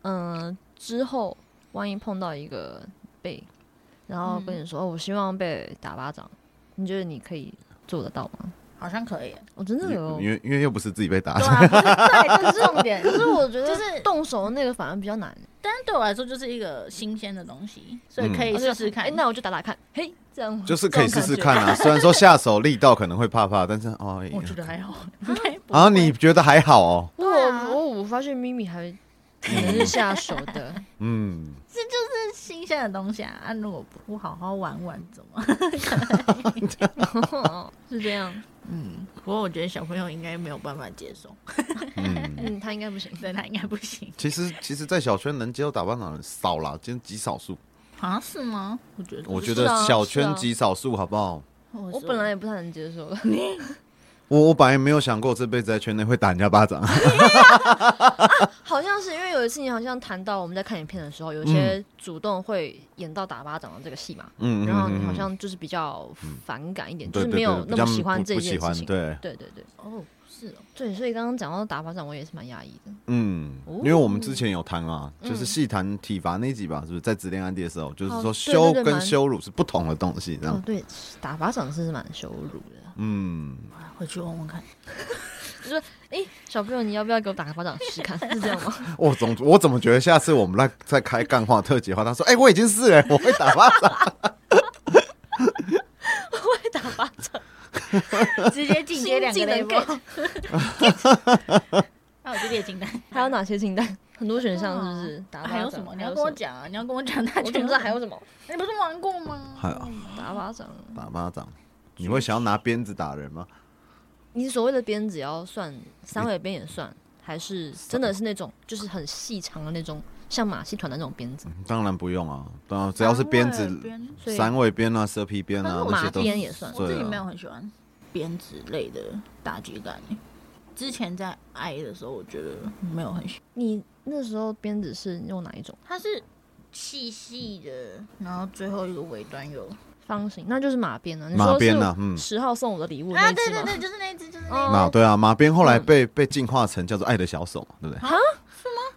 S2: 嗯、呃之后万一碰到一个被，然后跟你说、哦，我希望被打巴掌，你觉得你可以做得到吗？
S3: 好像可 以。
S2: 我、真的有哦，
S1: 因为因为又不是自己被打
S3: 对，啊，不是对，这是重 点。
S2: 可是我觉得
S3: 就是
S2: 动手的那个反而比较难。
S3: 但是对我来说，就是一个新鲜的东西，所以可以
S2: 我
S3: 试
S2: 就
S3: 试看。
S2: 哎、那我就打打看，嘿，这样吗
S1: 就是可以试试看啊。虽然说下手力道可能会怕怕，但是哦，
S3: 我觉得还 好，
S1: 然后你觉得还好哦，
S2: 我
S3: 对啊
S2: 我我发现咪咪还可能是下手 的，
S1: 嗯，
S3: 是新鲜的东西啊。啊如果不好好玩玩，怎么？
S2: 是这样。
S3: 嗯，不过我觉得小朋友应该没有办法接受，
S2: 嗯，他应该不行。
S3: 对他应该不行。
S1: 其实其实，在小圈能接受打棒的人少啦，今天极少数。
S3: 好像啊是吗？我觉得，
S1: 我觉
S2: 是
S1: 得
S2: 啊
S1: 小
S2: 是
S1: 圈
S2: 啊
S1: 极少数，好不好？
S2: 我
S3: 我
S2: 本来也不太能接受的，
S1: 我我本来没有想过这辈子在圈内会打人家巴掌，
S2: 好像是因为有一次你好像谈到我们在看影片的时候，有些主动会演到打巴掌的这个戏嘛，
S1: 嗯嗯，嗯
S2: 然后你好
S1: 嗯
S2: 像就是比较反感一点，
S1: 嗯
S2: 就
S1: 对
S2: 是
S1: 对
S2: 没有
S1: 对，比
S2: 那
S1: 较
S2: 么喜欢
S1: 不
S2: 这
S1: 不
S2: 件
S1: 喜欢
S2: 事情。
S1: 对，
S2: 对对对
S3: 哦，是哦，
S2: 对，所以刚刚讲到打巴掌，我也是蛮压抑的。
S1: 嗯，
S2: 哦
S1: 因为我们之前有谈啊，
S2: 嗯
S1: 就是细谈体罚那集吧，是不是在指恋安迪的时候，就是
S2: 哦
S1: 说
S2: 对对
S1: 羞
S2: 对
S1: 跟
S2: 蛮
S1: 羞辱是不同的东西，这
S2: 哦
S1: 样，，
S2: 对，打巴掌是蛮羞辱的。
S1: 嗯，
S3: 我还啊回去问问看。
S2: 就是哎、诶小朋友，你要不要给我打个巴掌试试看？是这样吗？
S1: 我总我怎么觉得下次我们来再开干话特辑的话，他说：“哎、我已经是哎、我会打巴掌。
S2: 会打巴掌，
S3: 直接进阶两个
S2: 新技能
S3: level。那 我就列清单，
S2: 还有哪些清单？很多选项是不是？打巴掌
S3: 啊还有什么？你要跟我，讲啊！你要跟我讲大
S2: 还有什么我怎
S3: 全
S2: 么知道还有 什么？
S3: 你不是玩过吗？
S1: 还有
S2: 打巴掌，
S1: 打巴掌，你会想要拿鞭子打人吗？
S2: 你所谓的鞭子要算，三尾鞭也算，还是真的是那种就是很细长的那种，像马戏团的那种鞭子？
S1: 当然不用啊，当然只要是鞭子
S3: 三味，欸鞭
S2: 哦所以
S1: 三尾鞭啊、蛇皮鞭
S2: 那
S1: 啊
S2: 种
S1: 那些
S2: 马
S1: 都
S2: 鞭也算
S1: 对
S3: 我自己
S1: 啊
S3: 没有很喜欢鞭子类的打击感、欸。之前在爱的时候，我觉得没有很喜欢。
S2: 你那时候鞭子是用哪一种
S3: 它是细细的，然后最后一个尾端有
S2: 方形？那就是马鞭了。你
S1: 马
S2: 说
S1: 鞭
S2: 是
S1: 啊，嗯，
S2: 十号送我的礼物
S3: 啊，
S2: 那一
S3: 对
S2: 只
S3: 对
S2: 吗？
S3: 对，就是那一只，就是那一只。
S2: 哦
S1: 那对啊，马鞭后
S2: 嗯
S1: 来被被进化成叫做爱的小手嘛，对不对？
S3: 啊，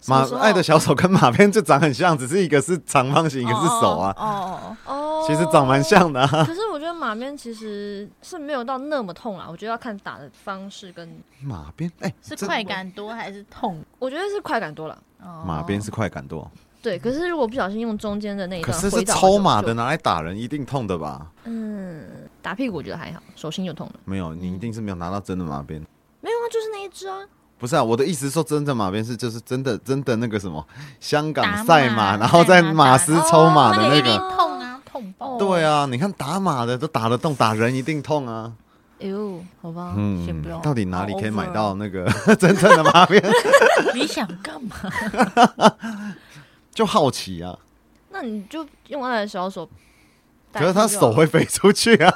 S2: 什
S1: 马哎
S2: 么时候
S1: 爱的小手跟马鞭就长很像，只是一个是长方形，一
S3: 一
S1: 个是手啊，
S3: 哦哦
S2: 哦，
S1: 其实长蛮。像的啊。
S2: 可是我觉得马鞭其实是没有到那么痛啦，我觉得要看打的方式跟，
S1: 马鞭，哎，
S3: 是
S1: 这
S3: 快感多还是痛？
S2: 我觉得是快感多了。
S3: 哦
S1: 马鞭是快感多，
S2: 对，可是如果不小心用中间的那一
S1: 可
S2: 段
S1: 是
S2: 挥
S1: 是
S2: 到，
S1: 抽马的
S2: 呢？
S1: 拿来打人，一定痛的吧？
S2: 嗯，打屁股我觉得还好，手心就痛了。
S1: 没有，你一定是没有拿到真的马鞭。
S2: 没有啊，就是那一只啊。
S1: 不是啊，我的意思是说真的马鞭是就是真的真的那个什么香
S3: 打
S1: 港
S3: 马
S1: 赛马，然后在马
S3: 赛
S1: 斯
S3: 马
S1: 抽马的
S3: 那个一定
S1: 哦个。
S3: 痛啊，痛爆！
S1: 对啊，你看打马的都打得动，打人一定痛啊。
S2: 哎呦，好吧，
S3: 先不用
S1: 嗯到底哪里可以买
S3: 好，over
S1: 到那个 真正的马鞭？
S3: 你想干嘛？
S1: 就好奇啊。
S2: 那你就用爱的小手代替就好。
S1: 可是他手会飞出去啊，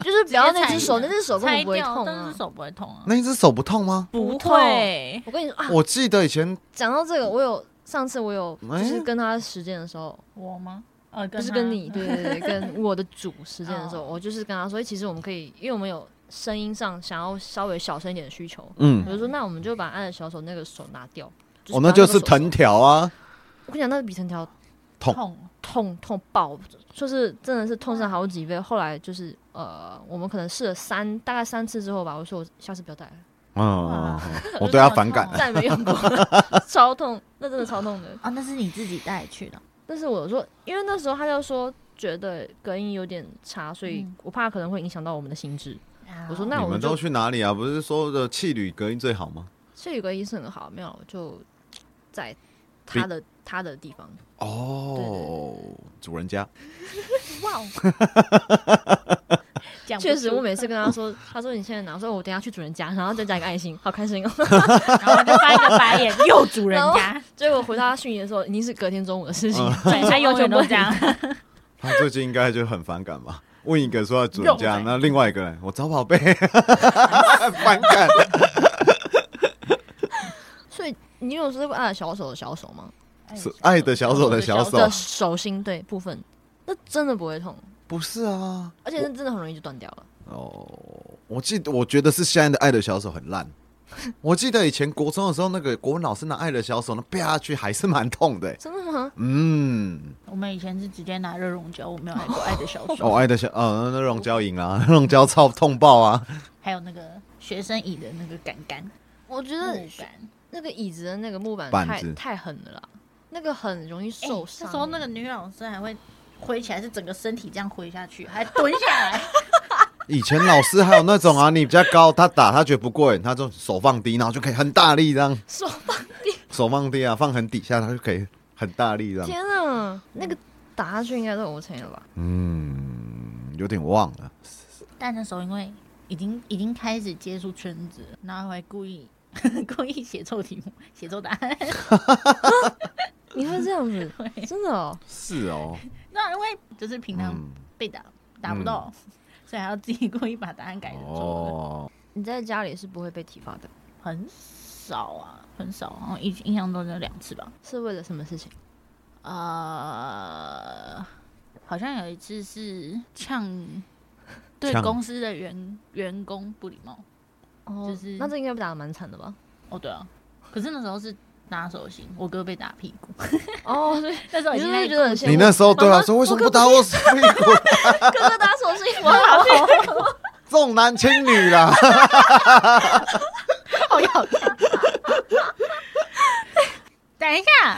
S2: 就是不要那只手，
S3: 直接踩
S2: 那只手根本
S3: 拆
S2: 不会
S3: 掉，
S2: 痛
S3: 但
S2: 啊
S3: 是。手不会痛啊，
S1: 那一只手不痛吗？
S2: 不痛
S3: 会。
S2: 我跟你说啊，
S1: 我记得以前
S2: 讲到这个，我有上次我有
S1: 哎
S2: 就是跟他实践的时候，
S3: 我吗？呃，
S2: 不
S3: 不
S2: 是跟你，对对对， 跟我的主实践的时候，
S3: 哦
S2: 我就是跟他说，哎其实我们可以，因为我们有声音上想要稍微小声一点的需求，
S1: 嗯
S2: 我，就说那我们就把爱的小手那个手拿掉。
S1: 哦，那就是
S2: 把
S1: 藤
S2: 个手。
S1: 条啊，
S2: 我跟你讲，那个比藤条
S1: 痛
S3: 痛，
S2: 痛痛爆，就是真的是痛上好几倍。后来就是呃，我们可能试了三大概三次之后吧，我说我下次不要戴了，
S1: 嗯嗯，嗯嗯我
S3: 就
S1: 对他
S3: 这么
S1: 反感
S3: 痛。
S2: 再也没用过， 超痛，那真的超痛的。
S3: 啊，那是你自己带去的，
S2: 但是我说，因为那时候他就说觉得隔音有点差，所以
S3: 嗯
S2: 我怕可能会影响到我们的心智。
S3: 啊
S2: 我说那
S1: 你
S2: 我
S1: 们
S2: 就
S1: 都去哪里啊？不是说的气旅隔音最好吗？
S2: 所以有个医生很好，没有就在他的他的地方。对
S1: 哦，主人家
S3: 哇哦， 讲不
S2: 确实，
S3: 出
S2: 我 每次跟他说，他说你现在拿，我说我等一下去主人家，然后再加一个爱心，好开心哦。
S3: 然后就翻一个白眼，又主人家，
S2: 结果回他讯息的时候，已经是隔天中午的事情，
S3: 对他永远都这样。
S1: 他最近应该就很反感吧？问一个说主人家，
S3: 肉感
S1: 那另外一个人我找宝贝， 反感。
S2: 所以你有试过按小手的小手吗？
S1: 是爱的小手的小手
S2: 的，手心对部分，那真的不会痛，
S1: 不是啊？
S2: 而且那真的很容易就断掉了。
S1: 哦，我记得，我觉得是现在的《爱的小手》很烂。 我记得以前国中的时候，那个国文老师拿《爱的小手》那啪下去还是蛮痛的欸、
S2: 真的吗？
S1: 嗯，
S3: 我们以前是直接拿热熔胶，我没有爱过爱的小
S1: 哦，
S3: 手，
S1: 爱的小，呃，那溶胶赢 啦，溶胶超痛爆啊！
S3: 还有那个学生椅的那个杆杆，
S2: 我觉
S3: 木
S2: 得
S3: 杆。
S2: 那个椅子的那个木板
S1: 板
S2: 太
S1: 子
S2: 太狠了啦，那个很容易
S3: 哎
S2: 受伤。
S3: 那时候那个女老师还会挥起来，是整个身体这样挥下去，还蹲下来。
S1: 以前老师还有那种啊，你比较高，他打他觉得不过瘾，他就手放低，然后就可以很大力这样，
S2: 手
S1: 手放低啊，放很底下，他就可以很大力这样。
S2: 天啊，那个打下去应该都 OK 了吧？
S1: 嗯，有点忘了，
S3: 但那时候因为已经已经开始接触圈子了，然后还故意 故意写错题目，写错答案。
S2: 你会这样子，真的哦？
S1: 是哦，
S3: 那因为就是平常
S1: 嗯，
S3: 被打、打不到，所以还要自己故意把答案改成中文。
S1: 哦，
S2: 你在家里是不会被体罚的，
S3: 很少啊，很少，好像印印象中就两次吧。
S2: 是为了什么事情？
S3: 呃，好像有一次是呛对
S1: 呛
S3: 公司的员员工不礼貌。
S2: 哦，
S3: 就是
S2: 那这应该被打的蛮惨的吧？
S3: 哦，对啊，可是那时候是拿手心，我哥被打屁 股，
S2: 哦，所以
S3: 那时候已
S2: 你是
S3: 经
S2: 不是
S3: 在
S2: 觉得很羡慕
S1: 你那时候对
S2: 妈
S1: 啊，
S2: 妈
S1: 说为什么
S2: 我
S1: 不打我手 屁股？
S2: 哥哥打手心，我好
S1: 重男轻女啦。
S3: 好咬他。等一下，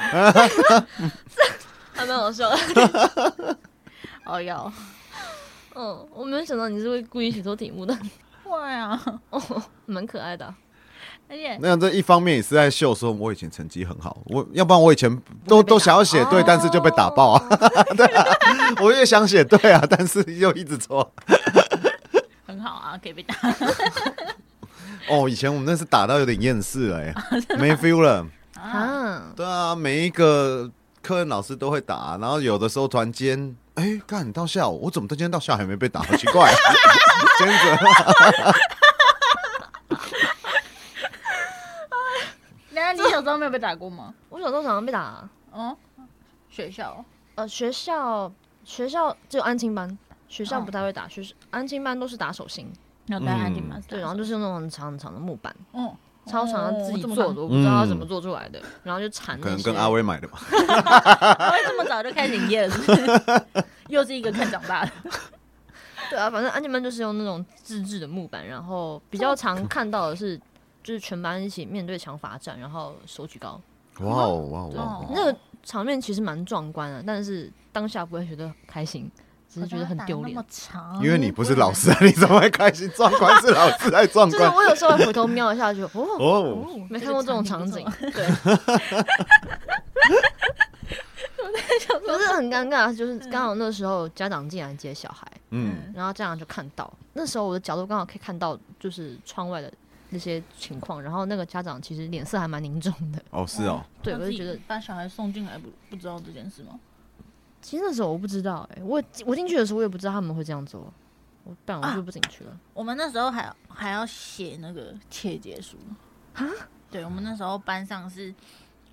S2: 还蛮好笑的。
S3: 哦哟，
S2: 嗯，我没有想到你是会故意写错题目的，
S3: 会啊，
S2: 蛮可爱的啊、
S3: 而且
S1: 那这一方面也是在秀说，我以前成绩很好，我要不然我以前都都想要写对，
S2: 哦
S1: 但是就被打爆啊。 对啊，我也想写对啊， 但是又一直错。
S3: 很好啊，可以被打。
S1: 哦，以前我们那是打到有点厌世了、欸，没 feel 了。
S3: 啊，
S2: 啊，
S1: 对啊，每一个科任老师都会打，然后有的时候团间，哎、干到下午，我怎么今天到下午还没被打？好奇怪、 啊，这样子。
S3: 那你小时候没有被打过吗？
S2: 我小时候常常被打啊、
S3: 哦，学校
S2: 呃，学校学校只有安亲班，学校
S3: 嗯
S2: 不太会打，学校安亲班都是打手心，
S3: 有戴安迪吗？
S2: 对，然后就是那种很长很长的木板，
S3: 嗯，
S2: 超长的
S3: 哦嗯
S2: 自己
S3: 这么
S2: 做
S3: 长
S2: 的，我不知道他怎么做出来的，然后就缠
S1: 可
S2: 那
S1: 能
S2: 些。
S1: 跟阿威买的吧。
S3: 他会这么早就开始营业了，是不是？ 又是一个看长大的，
S2: 对啊，反正安亲班就是用那种自制的木板，然后比较常看到的是，就是全班一起面对墙罚站，然后手举高，
S1: 哇哦哇哦哇哦！
S2: 那个场面其实蛮壮观的，但是当下不会觉得开心，只是觉得很丢脸。，
S3: 哦
S1: 因为你不是老师，啊，你怎么会开心？壮观是老师在壮
S2: 就是
S1: 观
S2: 我有时候回头瞄一下，就哦，
S1: 哦。
S2: 没看过这种场景，
S3: 哦
S2: 对，可是很尴尬，就是刚好那时候家长进来接小孩，
S1: 嗯，
S2: 然后家长就看到，那时候我的角度刚好可以看到就是窗外的那些情况，然后那个家长其实脸色还蛮凝重的，
S1: 哦是哦，
S2: 对，
S3: 那
S2: 我
S3: 自己
S2: 就觉得
S3: 把小孩送进来不不知道这件事吗？
S2: 其实那时候我不知道、哎，我我进去的时候我也不知道他们会这样做，我不然我就不进去了。
S3: 我们那时候还还要写那个切结书
S2: 啊？
S3: 对，我们那时候班上是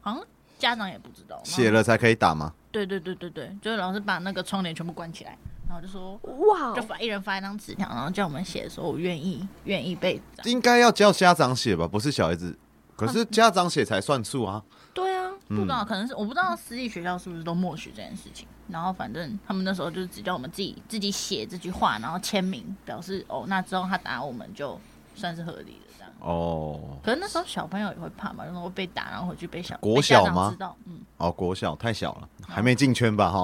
S3: 好像家长也不知道
S1: 写
S3: 了。
S1: 了才可以打吗？
S3: 对对对对对，就是老师把那个窗帘全部关起来，然后就说
S2: 哇哦
S3: 就发一人发一张纸条，然后叫我们写说我愿意愿意被打。
S1: 应该要教家长写吧，不是小孩子。可
S2: 嗯
S1: 是家长写才算数啊。
S2: 对啊，
S3: 不知道，可能是我不知道私立学校是不是都默许这件事情。然后反正他们那时候就是只叫我们自己自己写这句话，然后签名表示哦，那之后他打我们就算是合理的这样。
S1: 哦
S3: 可是那时候小朋友也会怕嘛，就是会被打，然后回去被小
S1: 国小
S3: 被家
S1: 吗
S3: 长知道，嗯，
S1: 哦，国小太小了，还没进圈吧？哈，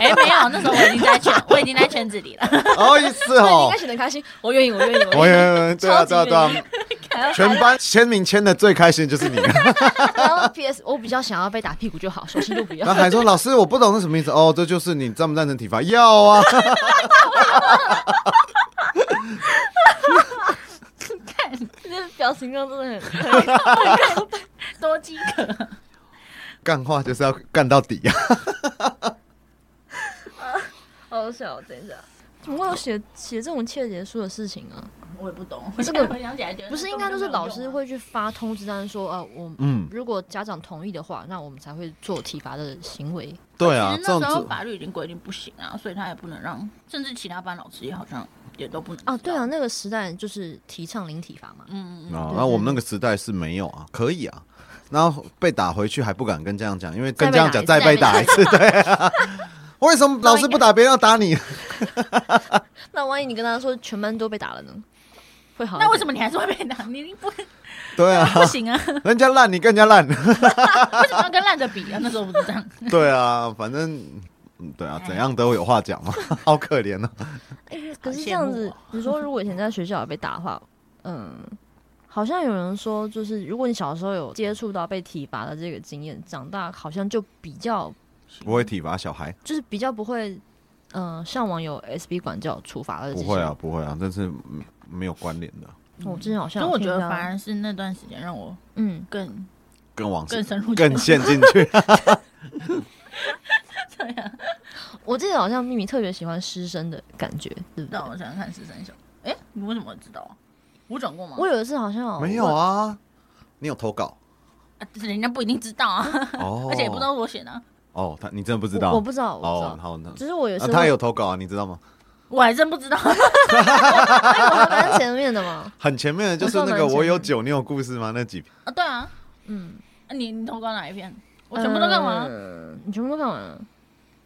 S3: 哎、没有，那时候我已经在圈，我已经在圈子里了。
S1: 哦是
S2: 那你应
S1: 哦
S2: 该，写的开心，我愿意，我愿意，
S1: 我
S2: 愿意。
S1: 也对啊对啊对
S2: 超级
S1: 啊，
S2: 还 要
S1: 全班签名签的最开心就是 你。
S2: 然后 PS，我比较想要被打屁股就好，手心都不要
S1: 然。后还说老师我不懂是什么意思哦，这就是你赞不赞成体罚？要啊，
S2: 看， 这表情包真的很
S3: 多饥渴。
S1: 干话就是要干到底啊。
S2: 好笑。等一下，怎么会有写写这种切结书的事情啊？
S3: 我也不懂，
S2: 这个
S3: 回想起来觉得
S2: 不是应该
S3: 啊
S2: 就是老师会去发通知单说，呃，我
S1: 嗯，
S2: 如果家长同意的话，那我们才会做体罚的行为。
S1: 对啊，
S3: 其
S1: 这
S3: 实那
S1: 种
S3: 时候
S1: 子
S3: 法律已经规定不行啊，所以他也不能让，甚至其他班老师也好像也都不能
S2: 啊，对啊，
S3: 知道，
S2: 那个时代就是提倡零体罚嘛。
S3: 嗯，嗯嗯，
S1: 啊，那我们那个时代是没有啊，可以啊。然后被打回去还不敢跟家长讲，因为跟家长讲再
S2: 再
S1: 被
S2: 被
S1: 打
S2: 打
S1: 一次，对啊。为什么老师不打别人要打你？
S2: 那万一你跟他说全班都被打了呢？会好？
S3: 那为什么
S2: 么？
S3: 你还是会被打？ 你你不
S1: 对啊，
S3: 不行啊，
S1: 人家烂你更加烂。
S3: 为什么要跟烂的比啊？那时候不是这样，
S1: 对啊，反正嗯对啊，怎样都有话讲嘛， 好可怜啊。
S2: 哎可是
S3: 好羡
S2: 这样子
S3: 慕哦，
S2: 你说如果以前在学校有被打的话，嗯。好像有人说，就是如果你小时候有接触到被体罚的这个经验，长大好像就比较
S1: 不会体罚小孩，
S2: 就是比较不会，呃，向往有 SB 管教处罚的这
S1: 不
S2: 些。
S1: 会啊，不会啊，但是嗯没有关联的，
S2: 我之前好
S3: 所
S2: 像
S3: 以
S2: 有
S3: 我觉
S2: 听
S3: 得
S2: 到
S3: 反而是那段时间让我
S2: 嗯，
S3: 更
S1: 更往
S3: 更深入
S1: 更陷进去。
S3: 这样。
S2: 我记得好像秘密特别喜欢师生的感觉，对不对
S3: 让？我想想看是三小，哎，你为什么会知道啊？我转过吗？
S2: 我有一次好像 有
S1: 没有
S2: 问，
S1: 啊，你有投稿
S3: 啊人家不一定知道啊，
S1: 哦，
S3: 而且也不知道我写的啊，
S1: 哦，他你真的不知
S2: 我
S1: 道？
S2: 我不知道，我不知
S1: 哦，
S2: 道。
S1: 好，那
S2: 只是我有一
S1: 啊
S2: 次
S1: 他
S2: 问
S1: 有投稿啊，你知道吗？
S3: 我还真不知道。
S2: 哎我还蛮前面的嘛，
S1: 很前面的就是那个我有酒，你有故事吗？那几篇
S3: 啊，对啊，
S2: 嗯，
S3: 啊你你投稿哪一篇？我全部都干
S1: 呃
S3: 嘛？
S2: 嗯你全部都干完了？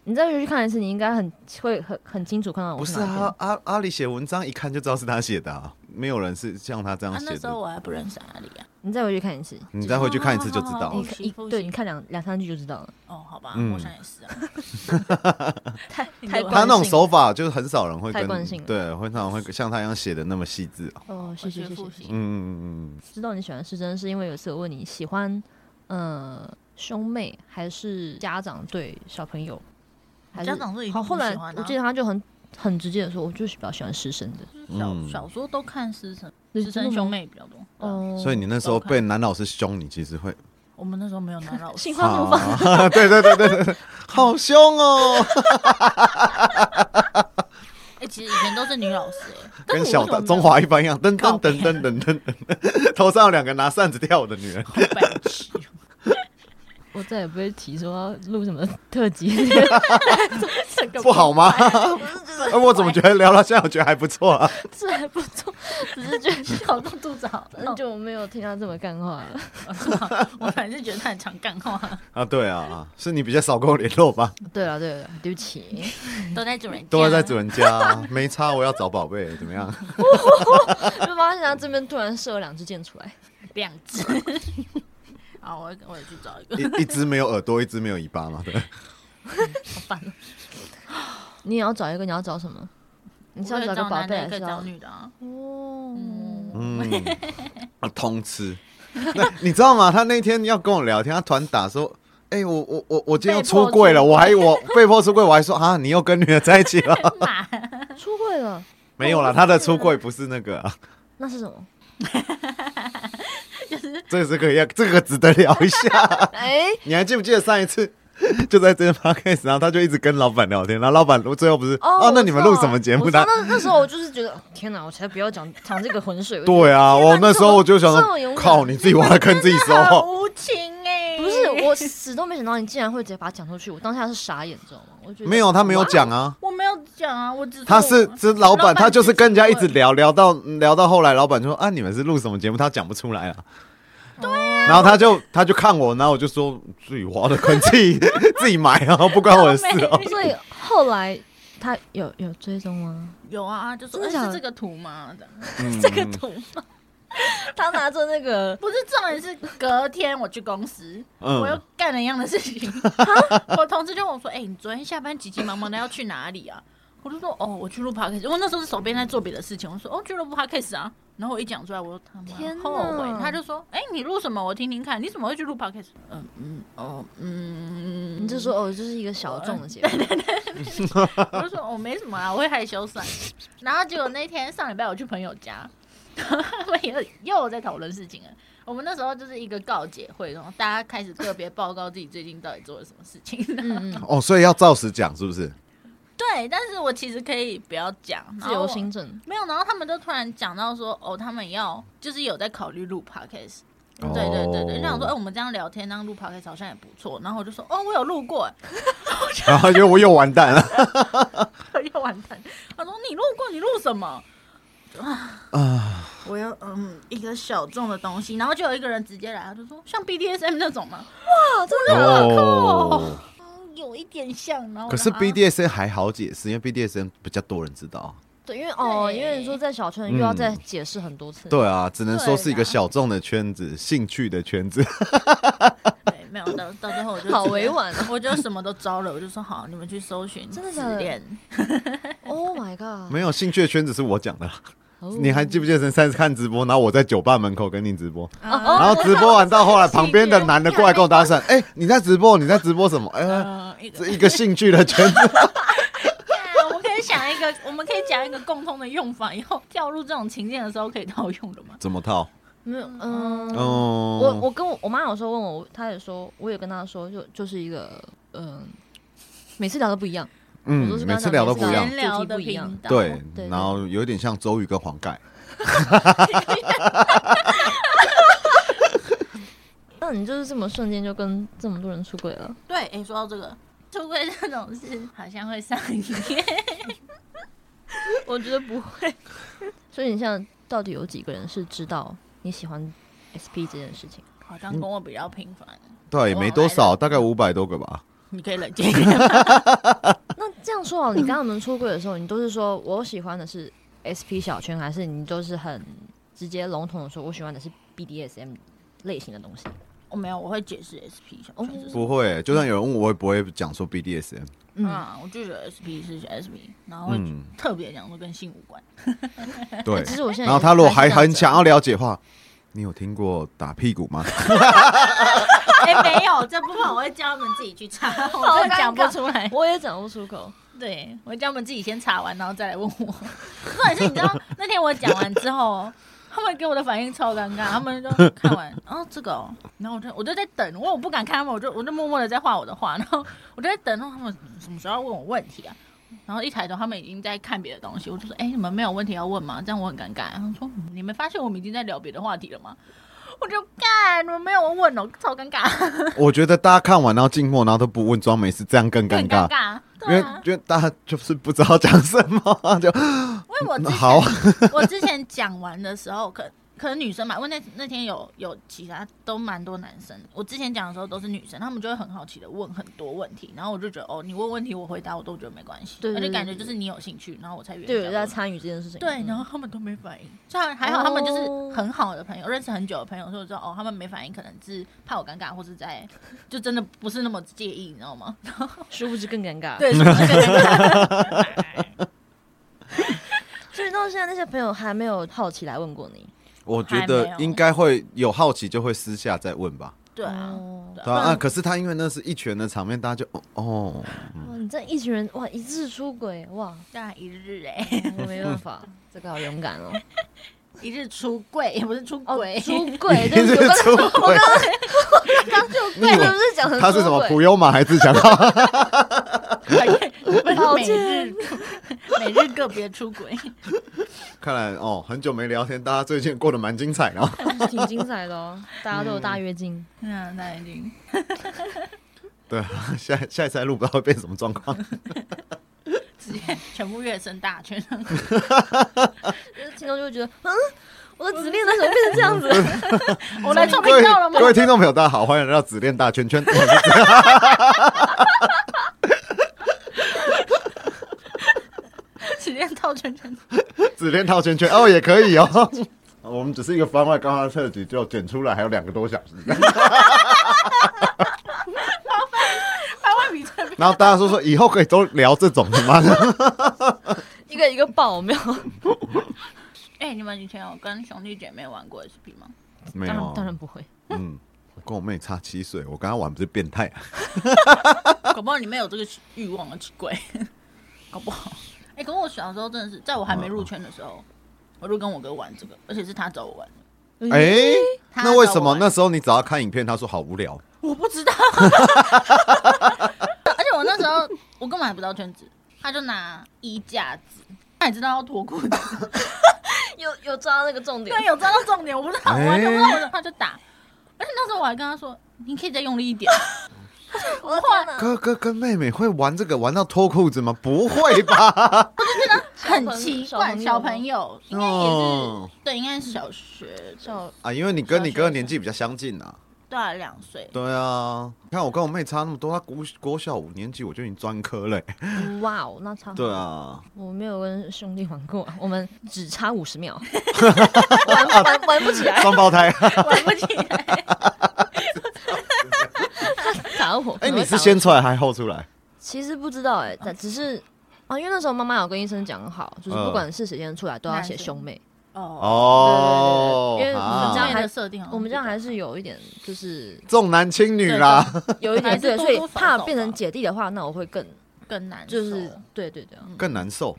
S2: 你再回去看一次，你应该很会很很清楚看到我
S1: 不是
S2: 哪一篇
S1: 啊，阿阿里写文章一看就知道是他写的啊，没有人是像他这样
S3: 啊，
S1: 写
S3: 那时候
S1: 的。
S3: 我还不认识阿里啊。
S2: 你再回去看一次，
S1: 你再回去看一次就知道
S3: 哦
S2: 你
S1: 了。
S2: 看
S3: 复
S2: 一
S3: 习复习
S2: 对，你看两两三句就知道了。
S3: 哦，好吧，
S1: 嗯
S3: 我想也是 啊。
S2: 太
S3: 你
S2: 太
S3: 就
S1: 他
S2: 惯
S1: 那种
S2: 性
S1: 手法就是很少人会
S2: 太
S1: 跟
S2: 惯性了
S1: 对，会常常会像他一样写的那么细致啊。
S2: 哦，谢谢谢谢
S3: 复。习。
S1: 嗯嗯嗯
S2: 知道你喜欢师生，是因为有一次我问你喜欢，呃，兄妹还是家长对小朋友？
S1: 嗯
S2: 还是
S3: 家长对
S2: 好，后来
S3: 喜欢啊
S2: 我记得他就很很直接的说，我就是比较喜欢师生的。
S1: 嗯
S3: 小小说都看师生，师生兄妹比较多。哦，
S2: 哦，
S1: 所以你那时候
S3: 我看
S1: 被男老师凶，你其实会
S3: 我们那时候没有拿到
S2: 性化怒放，
S1: 啊， 对对对对对，对好凶哦，
S3: 哎、其实以前都是女老师、哎，
S1: 跟
S3: 但是我
S1: 小
S3: 为什么
S1: 的
S3: 没有
S1: 中华一番一样，噔噔噔
S3: 靠
S1: 噔噔噔噔，头上有两个拿扇子跳舞的女人，
S3: 好白痴 哦
S2: 我再也不会提说要录什么特 辑，整个
S1: 不好吗？
S3: 啊
S1: 哎 我怎么觉得聊到现在，我觉得还不错啊。
S2: 这还不错，只是觉得
S3: 好痛肚子 好
S2: 很
S3: 痛，
S2: 久没有听到这么干话了。
S3: 我反正觉得他很常干 话，
S1: 啊，对啊，是你比较少跟我联络吧？
S2: 对了对了，对不 起，
S3: 都在主人家，
S1: 都在主人家啊、 没差。我要找宝贝，怎么 样？
S2: 就发现他这边突然射了两支箭出来，
S3: 两只。 好，我我也去找一个，
S1: 一一只没有耳朵，一只没有尾巴嘛？ 对，
S3: 好烦哦。
S2: 你也要找一个，你要找什么？你是要
S3: 我可以
S2: 找个宝
S3: 男的，
S2: 贝
S3: 也
S2: 还
S3: 可
S2: 是
S3: 以找
S2: 要？
S3: 女的 啊。
S2: 哦，
S1: 嗯，啊通吃。 那你知道吗？他那天要跟我聊天，他团打说：“哎、我我我我今天又出柜了，
S3: 被
S1: 我还我 被迫出柜，我还说啊，你又跟女的在一起了？
S3: 妈，
S2: 出柜了，
S1: 没有啦，他的出柜不是那个、 啊，
S2: 那是什么？
S1: 这是个要这个值得聊一 下。
S2: 哎，
S1: 你还记不记得上一次？” 就在这个 podcast，然后他就一直跟老板聊天，然后老板最后不是
S2: 哦，
S1: 那你们录什么节目？
S2: 我知
S1: 他
S2: 道那那时候我就是觉得，天哪，我才不要讲讲这个浑水。我就
S1: 对啊，我那时候我就想
S2: 这么
S1: 说
S2: 勇，敢
S1: 靠，你自己挖的坑自己
S3: 好
S1: 收。
S3: 无情哎！
S2: 不是，我始终没想到你竟然会直接把它讲出去，我当下是傻眼，知道吗？我觉得
S1: 没有，他没有讲啊，
S3: 我没有讲啊，我只
S1: 他是是老
S3: 哦老板
S1: 板，他就是跟人家一
S3: 自
S1: 直
S3: 己
S1: 聊聊到聊到后来，老板就说啊，你们是录什么节目？他讲不出来啊。对啊，然后他就他就看我，然后我就说自己挖的坑自 己自己埋啊，不关我的事哦。
S2: 所以后来他有有追踪吗？
S3: 有啊，就说
S2: 真的
S3: 哎
S2: 假的
S3: 是这个图吗？这样
S1: 嗯
S3: 这个图吗？
S2: 他拿着那 个，
S3: 不是重点是隔天我去公司，
S1: 嗯
S3: 我又干了一样的事 情。我同事就问我说：“哎、你昨天下班急急忙忙的要去哪里啊？”我就说：“哦，我去录 podcast。”我那时候是手边在做别的事情，我说：“哦，去录 podcast 啊。”然后我一讲出来，我说：“他
S2: 天
S3: 妈
S2: 哪
S3: 后悔。”他就说：“哎、你录什么？我听听看。你怎么会去录 podcast？” 嗯嗯哦嗯，
S2: 你就说哦，就是一个小众的节目，
S3: 我就说我、哦、没什么啊，我会害羞算。然后结果那天上礼拜我去朋友家， 他们又又在讨论事情了。我们那时候就是一个告解会，然后大家开始个别报告自己最近到底做了什么事情。
S2: 嗯嗯，
S1: 哦，所以要照实讲是不是？
S3: 对，但是我其实可以不要讲，然
S2: 自
S3: 后
S2: 由
S3: 我
S2: 新政，
S3: 没有，然后他们就突然讲到说，哦，他们要就是有在考虑录 podcast。对对对对，
S1: 哦
S3: 就想说，哎、我们这样聊天，这样录 podcast 好像也不错。然后我就说，哦，我有录过，
S1: 然后又我又完 蛋了
S3: 又完蛋。他说你录过，你录什么？
S1: 啊！
S3: 我要嗯一个小众的东西，然后就有一个人直接来，他就说像 BDSM 那种嘛，啊
S2: 啊
S1: 哦，
S3: 嗯有一点像。然后我
S1: 可是
S3: 就啊
S1: BDSN 还好解释，因为 BDSN 比较多人知道。
S2: 对，因为哦，
S3: 对
S2: 因为你说在小圈又要再解释很多次，
S1: 嗯对啊，只能说是一个
S3: 对啦
S1: 小众的圈子，兴趣的圈子。
S2: 嗯
S3: 啊对，没有到到最后我就
S2: 好
S3: 直接
S2: 委婉啊
S3: 我就什么都招了，我就说好，你们去搜寻
S2: 真的假的
S3: 失恋，
S2: ，Oh my god，
S1: 没有兴趣的圈子是我讲的啦。
S2: 哦
S1: 你还记不记得上次看直播，然后我在酒吧门口跟你直播，
S2: 哦
S1: 然后直播完到后来，旁边的男的过来跟我搭
S3: 讪，
S1: 讪，哎，你在直播，你在直播什么？ 哎，
S3: 嗯，一个
S1: 这一个兴趣的圈子，
S3: 啊我们可以想一个， 我们可以讲一个共通的用法，以后跳入这种情境的时候可以套用的吗？
S1: 怎么套？
S2: 没有，嗯，
S1: 哦，
S2: 我我跟我我妈有时候问我，她也说，我也跟她说，就就是一个嗯，每次聊都不一样，我都是
S1: 嗯，
S2: 跟
S1: 每
S2: 他
S1: 次聊都不一样
S2: 讲，
S3: 闲聊
S2: 主题
S3: 的
S2: 不一样
S3: 频道，
S1: 对
S2: 对，
S1: 然后有点像周瑜跟黄盖，
S2: 那你就是这么瞬间就跟这么多人出轨了，
S3: 对，哎、说到这个，出柜这种事好像会上瘾。
S2: 我觉得不会。所以你现在到底有几个人是知道你喜欢 SP 这件事情？
S3: 好像跟我比较频繁。
S1: 对，
S2: 哦
S1: 没多少，大概五百多个吧。
S3: 你可以冷静一点。
S1: 嗯
S2: 那这样说好，你刚刚我们出轨的时候，你都是说我喜欢的是 SP 小圈，还是你都是很直接笼统的说我喜欢的是 BDSM 类型的东西？
S3: 我没有，我会解释 SP 小圈是什么。
S1: 不会，就算有人问我，也不会讲说 BDSM。
S2: 嗯，
S3: 啊，我就觉得 SP 是 SP，然后会
S1: 嗯，
S3: 特别讲说跟性无 关。
S1: 对
S2: 其。实我现在
S1: 然后他如果还
S2: 是这样
S1: 很
S2: 讲
S1: 想要了解的话，你有听过打屁股吗？
S3: 哎、没有这部分我会叫他们自己去查，我真的讲不出来。
S2: 我也讲不出口。
S3: 对， 我会叫他们自己先查完，然后再来问我。重点是，你知道那天我讲完之后，他们给我的反应超尴尬，他们就看完，哦，这个哦，然后我就我就在等，因为我不敢看他们，我就我就默默的在画我的画，然后我就在等，然后他们什么时候要问我问题啊？然后一抬头，他们已经在看别的东西，我就说，哎，你们没有问题要问吗？这样我很尴尬。他们说，嗯你们发现我们已经在聊别的话题了吗？我就干，你们没有问哦，超尴尬，
S1: 我觉得大家看完然后静默，然后都不问装没事，这样更
S3: 更
S1: 尴尬，
S3: 尬，
S1: 因
S3: 对
S1: 为
S3: 啊。
S1: 因为大家就是不知道讲什 么，就
S3: 因为我之前
S1: 好，啊
S3: 我之前讲完的时候，可可能女生嘛，因为那那天有有其他都蛮多男生，我之前讲的时候都是女生，他们就会很好奇的问很多问题，然后我就觉得哦，你问问题我回答我都觉得没关系，
S2: 对对
S3: 而且感觉
S2: 对
S3: 就是你有兴趣，然后我才愿意
S2: 对，
S3: 讲
S2: 在参与这件事情。
S3: 对，
S2: 嗯哦
S3: 然后他们都没反应，虽然还好他们就是很好的朋友，认识很久的朋友，所以我知道哦，他们没反应可能是怕我尴尬，或是在就真的不是那么介意，你知道吗？
S2: 嗯殊不知更尴尬。，
S3: 对，啊是不是更尴尬
S2: 所以到现在那些朋友还没有好奇来问过你。
S1: 我觉
S3: 还没
S1: 得
S3: 有
S1: 应该会有好奇，就会私下再问吧。
S3: 对啊，
S2: 哦
S1: 对
S3: 对
S1: 啊，
S3: 不然
S1: 啊可是他因为那是一拳的场面，大家就哦哦，
S2: 哇，你这一群人哇，一致出轨哇，
S3: 大一日哎、
S2: 我没办 法，这个好勇敢哦。
S3: 一日出柜也不是出
S2: 哦
S3: 轨，，
S2: 出轨，
S1: 你
S2: 对不
S1: 是
S2: 起，我刚
S1: 出轨，
S3: 刚就
S1: 你以
S2: 我
S1: 为
S2: 刚不是讲成
S1: 他是什么
S2: 出
S1: 普
S2: 轨？
S1: 悠玛还是讲 到？
S3: 不是
S2: 抱
S3: 每
S2: 歉
S3: 日每日个别出轨，
S1: 看来哦，很久没聊天，大家最近过得蛮精彩的哦。
S2: 挺精彩的哦，大家都有大跃进。
S3: 嗯，那已经
S1: 对啊， 下下一次再录不知道会变什么状况。
S3: 直接全部跃升大圈，
S2: 就是听众就会觉得，嗯，我的子恋那时候变成这 样子？
S3: 我来臭频
S1: 各位
S3: 道了吗
S1: 各？位听众朋友，大家好，欢迎来到紫恋大圈 圈。
S3: 直接套圈圈，
S1: 紫恋套圈圈哦，也可以哦。 我们只是一个番外刚刚特辑，就剪出来还有两个多小时。
S3: 还会比这边
S1: 然后大家说说以后可以都聊这种的吗？
S2: 一个一个爆，没有？
S3: 哎、你们以前有跟兄弟姐妹玩过 SP 吗？
S1: 没
S2: 当
S1: 有啊
S2: 然，当然不会。
S1: 嗯，我跟我妹差七岁，我跟她玩不是变态、啊。
S3: 搞不好你们有这个欲望啊，奇怪， 搞不好。哎、可是我小时候真的是，在我还没入圈的时候，我就跟我哥玩这个，而且是他找我玩的。
S1: 哎、
S3: 她
S1: 那为什
S3: 找我
S1: 么
S3: 玩
S1: 那时候你只要看影片，她说好无聊？
S3: 我不知道， 而且我那时候我根本还不知道圈子，他就拿衣架子，他也知道要脱裤子，
S2: 有有抓到那个重点
S3: 对，，有抓到重点，我不知道，我
S1: 哎
S3: 完全不知道，我就他就打，而且那时候我还跟他说，你可以再用力一点，
S2: 我的天哪！
S1: 哥哥跟妹妹会玩这个玩到脱裤子吗？不会 吧？
S3: 很奇怪，小
S2: 小
S3: 朋
S2: 朋
S3: 友应该也
S1: 哦
S3: 是对，应该是小学
S2: 小
S1: 啊，因为你跟你哥年纪比较相近啊。
S3: 对啊两岁，
S1: 对啊，看我跟我妹差那么多，她国国小五年级我就已经专科了欸、
S2: 哇哦，那差
S1: 对，啊，
S2: 我没有跟兄弟玩过，我们只差五十秒， 玩玩玩不起 来，
S1: 双胞 胎。
S3: 玩不起来，
S2: 打到我。
S1: 哎、
S2: 可能会
S1: 你
S2: 打
S1: 是
S2: 到
S1: 先出来还后出来？
S2: 其实不知道哎、但只是啊，因为那时候妈妈有跟医生讲好，就是
S1: 嗯
S2: 不管是谁先出来都要写兄妹。
S3: 哦，
S1: 哦，
S2: 对对对对因为我们
S1: 啊
S2: 这样
S3: 这样的设定好像比较，
S2: 我们这样还是有一点， 就是
S1: 重男轻女啦，
S2: 有一
S3: 还
S2: 点
S3: 是
S2: 对，
S3: 多
S2: 所以
S3: 多少
S2: 怕
S3: 少
S2: 变成
S3: 吧
S2: 姐弟的话，那我会更
S3: 更难受，
S2: 就是对对对啊、
S1: 更难受。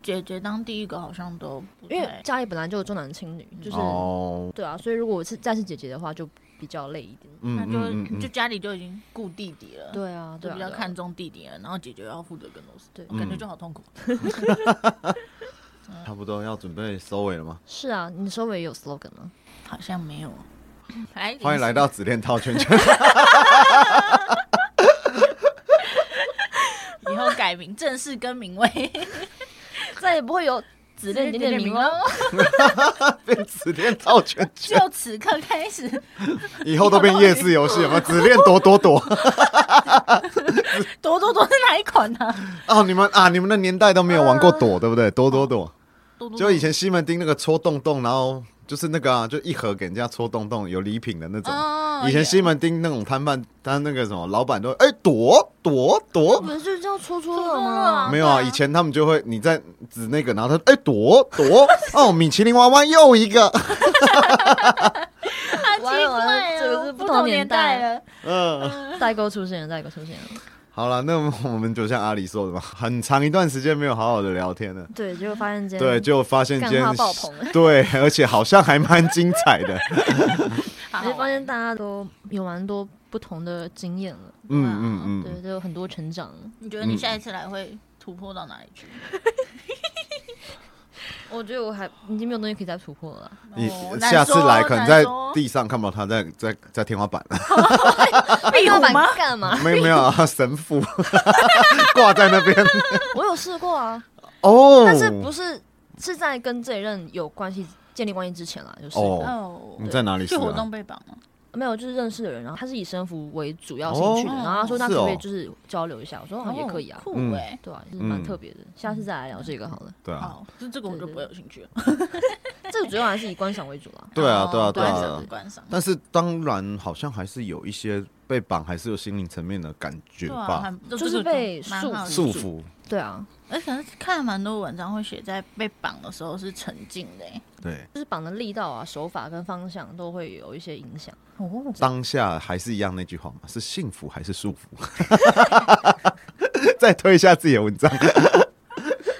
S3: 姐姐当第一个好像都不
S2: 因为
S3: 太
S2: 家里本来就有重男轻女，就是、
S1: 哦，
S2: 对啊，所以如果我是再是姐姐的话，就比较累一点。
S1: 嗯
S3: 那
S1: 嗯
S3: 就、
S1: 嗯嗯，
S3: 就家里就已经顾弟弟了，
S2: 对啊，
S3: 就
S2: 对啊，
S3: 比较
S2: 对啊
S3: 看重弟弟了，然后姐姐要负责更多事，
S2: 对
S3: 感觉
S1: 嗯
S3: 就好痛苦。
S1: 差不多要准备收尾了吗？
S2: 是啊，你收尾有 slogan 吗？
S3: 好像没有。来，
S1: 欢迎来到紫恋套圈 圈，
S3: 以后改名，正式更名为
S2: 再也不会有
S3: 紫
S2: 子恋点点名 喽。
S3: 喽。
S1: 变紫恋套圈圈，
S3: 就此刻开始，
S1: 以后都变夜市游戏，有没 有？紫恋躲躲躲
S3: 躲躲躲是哪一款呢、啊？
S1: 哦，你们啊，你们的年代都没有玩过躲，对不对？躲躲 躲，
S3: 躲躲躲
S1: 就以前西门町那个戳洞洞，然后就是那个啊，就一盒给人家戳洞洞，有礼品的那种。
S3: 哦
S1: 以前西门町那种摊贩，他那个什么老板都哎躲躲躲，
S2: 不是就叫戳戳
S3: 戳
S2: 乐
S3: 乐
S2: 吗？
S1: 没有啊，
S3: 对啊
S1: 以前他们就会你在指那个，然后他哎、躲躲哦，米其林娃娃又一 个，
S3: 啊，奇
S2: 完了完
S3: 怪哦
S2: 了这个是
S3: 不
S2: 不同
S3: 同
S2: 年
S3: 年代
S2: 代
S3: 了。
S1: 嗯，
S2: 代沟出现了，代沟出现了。
S1: 好了，那我们就像阿里说的嘛，很长一段时间没有好好的聊天了。
S2: 对，结果发现今
S1: 对，
S2: 天
S1: 就发现今
S2: 嗯干
S1: 天
S2: 话爆棚了，
S1: 对，而且好像还蛮精彩 的。
S3: 好
S2: 就发现大家都有蛮多不同的经验了，
S1: 嗯嗯嗯，
S2: 对，都有很多成长了。
S3: 你觉得你下一次来会突破到哪里去？
S2: 我觉得我还已经没有东西可以再突破了啊啦，
S1: 你
S3: 哦
S1: 下次来可能在
S3: 难说
S1: 地上看不到他在在在天花 板，
S3: 壁
S2: 要
S3: 虎
S2: 板
S3: 吗？
S2: 干嘛？
S1: 没有没有啊，神父挂在那边
S2: 我有试过啊，
S1: 哦，
S2: 但是不是是在跟这一任有关系建立关系之前啦，就是、
S1: 哦
S3: 哦
S1: 你在哪里
S3: 去
S1: 试
S3: 活
S1: 啊
S3: 动？被绑吗？
S2: 没有就是认识的人，然后他是以生服为主要兴趣的，
S1: 哦
S2: 然后他说那可不可以
S1: 是哦
S2: 就是交流一下，我说哦也可以啊，
S3: 酷
S1: 嗯
S3: 哎。
S2: 对啊，就是蛮特别的，下次再来聊这个好了。
S1: 对啊，
S3: 好，就这个我就不会有兴趣了。
S2: 这个主要还是以观赏为主啦，
S1: 对啊
S3: 哦
S1: 对啊对
S3: 观
S1: 啊
S3: 赏，。观赏。
S1: 但是当然，好像还是有一些被绑，还是有心灵层面的感觉
S3: 对啊，
S1: 吧，
S3: 还这
S2: 就是
S3: 这个
S2: 被
S3: 蛮
S2: 束
S3: 好的
S1: 束。缚。
S2: 对啊，
S3: 哎，可能看蛮多文章会写在被绑的时候是沉浸的哎。
S1: 对，
S2: 就是绑的力道啊、手法跟方向都会有一些影响。
S3: 哦，
S1: 当下还是一样那句话嘛，是幸福还是束缚？ 再推一下自己的文章，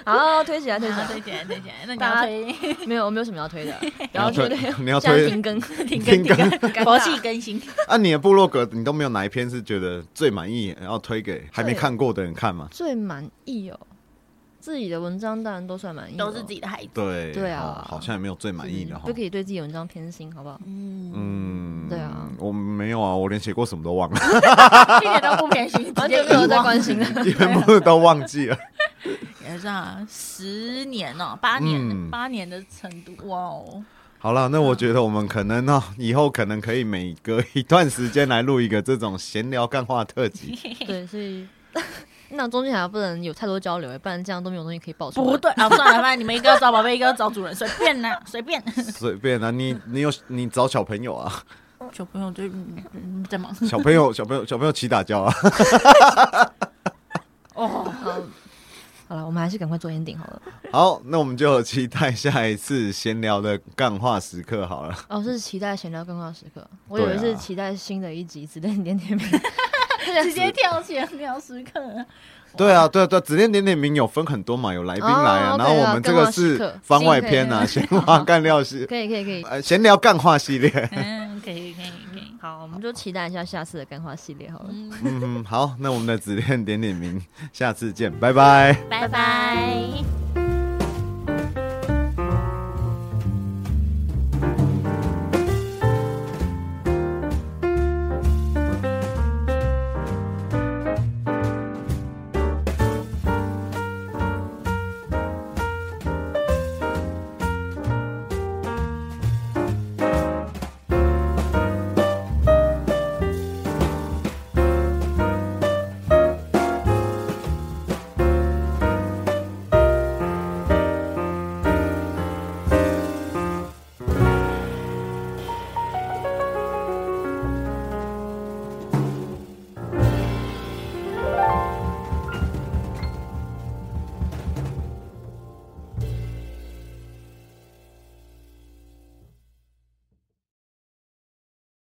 S2: 好，推起来，推起
S3: 好
S2: 来，
S3: 推荐推荐，那你
S2: 大
S3: 要
S2: 家
S3: 推
S2: 没有，我没有什么 要推的，然后
S1: 你要
S2: 就
S1: 推
S2: 对，
S1: 你要
S2: 现在
S1: 推
S2: 停 更，
S3: 停
S1: 停
S3: 更
S1: 更
S3: 停
S2: 尴尬
S3: 更，国际更新。
S1: 啊，你的部落格你都没有哪一篇是觉得最满意，然后推给还没
S2: 对
S1: 看过的人看吗？
S2: 最满意哦，自己的文章当然都算满意，
S3: 都是自。己的孩子。
S1: 对
S2: 对啊
S1: 哦好像也没有最满意的哈
S2: 不。可以对自己的文章偏心，好 不好？
S1: 嗯
S2: 对啊，
S1: 我没有啊，我连写过什么都忘 了，
S3: 一点都不偏 心，
S2: 完全没有在 关心的。啊
S1: 全部都忘记了。
S3: 也是啊，十年哦，八年，
S1: 嗯
S3: 八年的程度，哇哦，
S1: 好了，那我觉得我们可能呢、哦以后可能可以每隔一段时间来录一个这种闲聊干话特辑。
S2: 对，所以那中间还不能有太多交流，不然这样都没有东西可以爆出来。
S3: 不对啊，算了，反正你们一个要找宝贝，一个要找主人，随便 啦，随便。
S1: 随便啊，你你有你找小朋友啊，
S3: 小朋友就嗯嗯在忙
S1: 小朋友小 朋友小朋友起打跤啊，
S3: 哦，
S2: 好，好了，我们还是赶快做 ending 好了。
S1: 好，那我们就期待下一次闲聊的干话时刻好了。
S2: 哦，是期待闲聊更话时刻，我以为
S1: 对
S2: 是
S1: 啊
S2: 期待新的一集之类的点 点名。
S3: 直接跳起来聊时刻，
S1: 对啊，对啊对啊，指定点点名有分很多嘛，有来宾来啊，
S2: 哦
S1: 然后
S2: OK 啊
S1: 我们这个
S2: 干话时
S1: 是
S2: 刻
S1: 番外篇啊，闲话干料系，
S2: 可以可以可以，
S1: 呃，闲聊干话系列。
S3: 嗯，可以可以可以，
S2: 好，我们就期待一下下次的干话系列好了。
S1: 嗯，好，那我们的指定点点名，下次见，拜拜。
S3: 拜拜。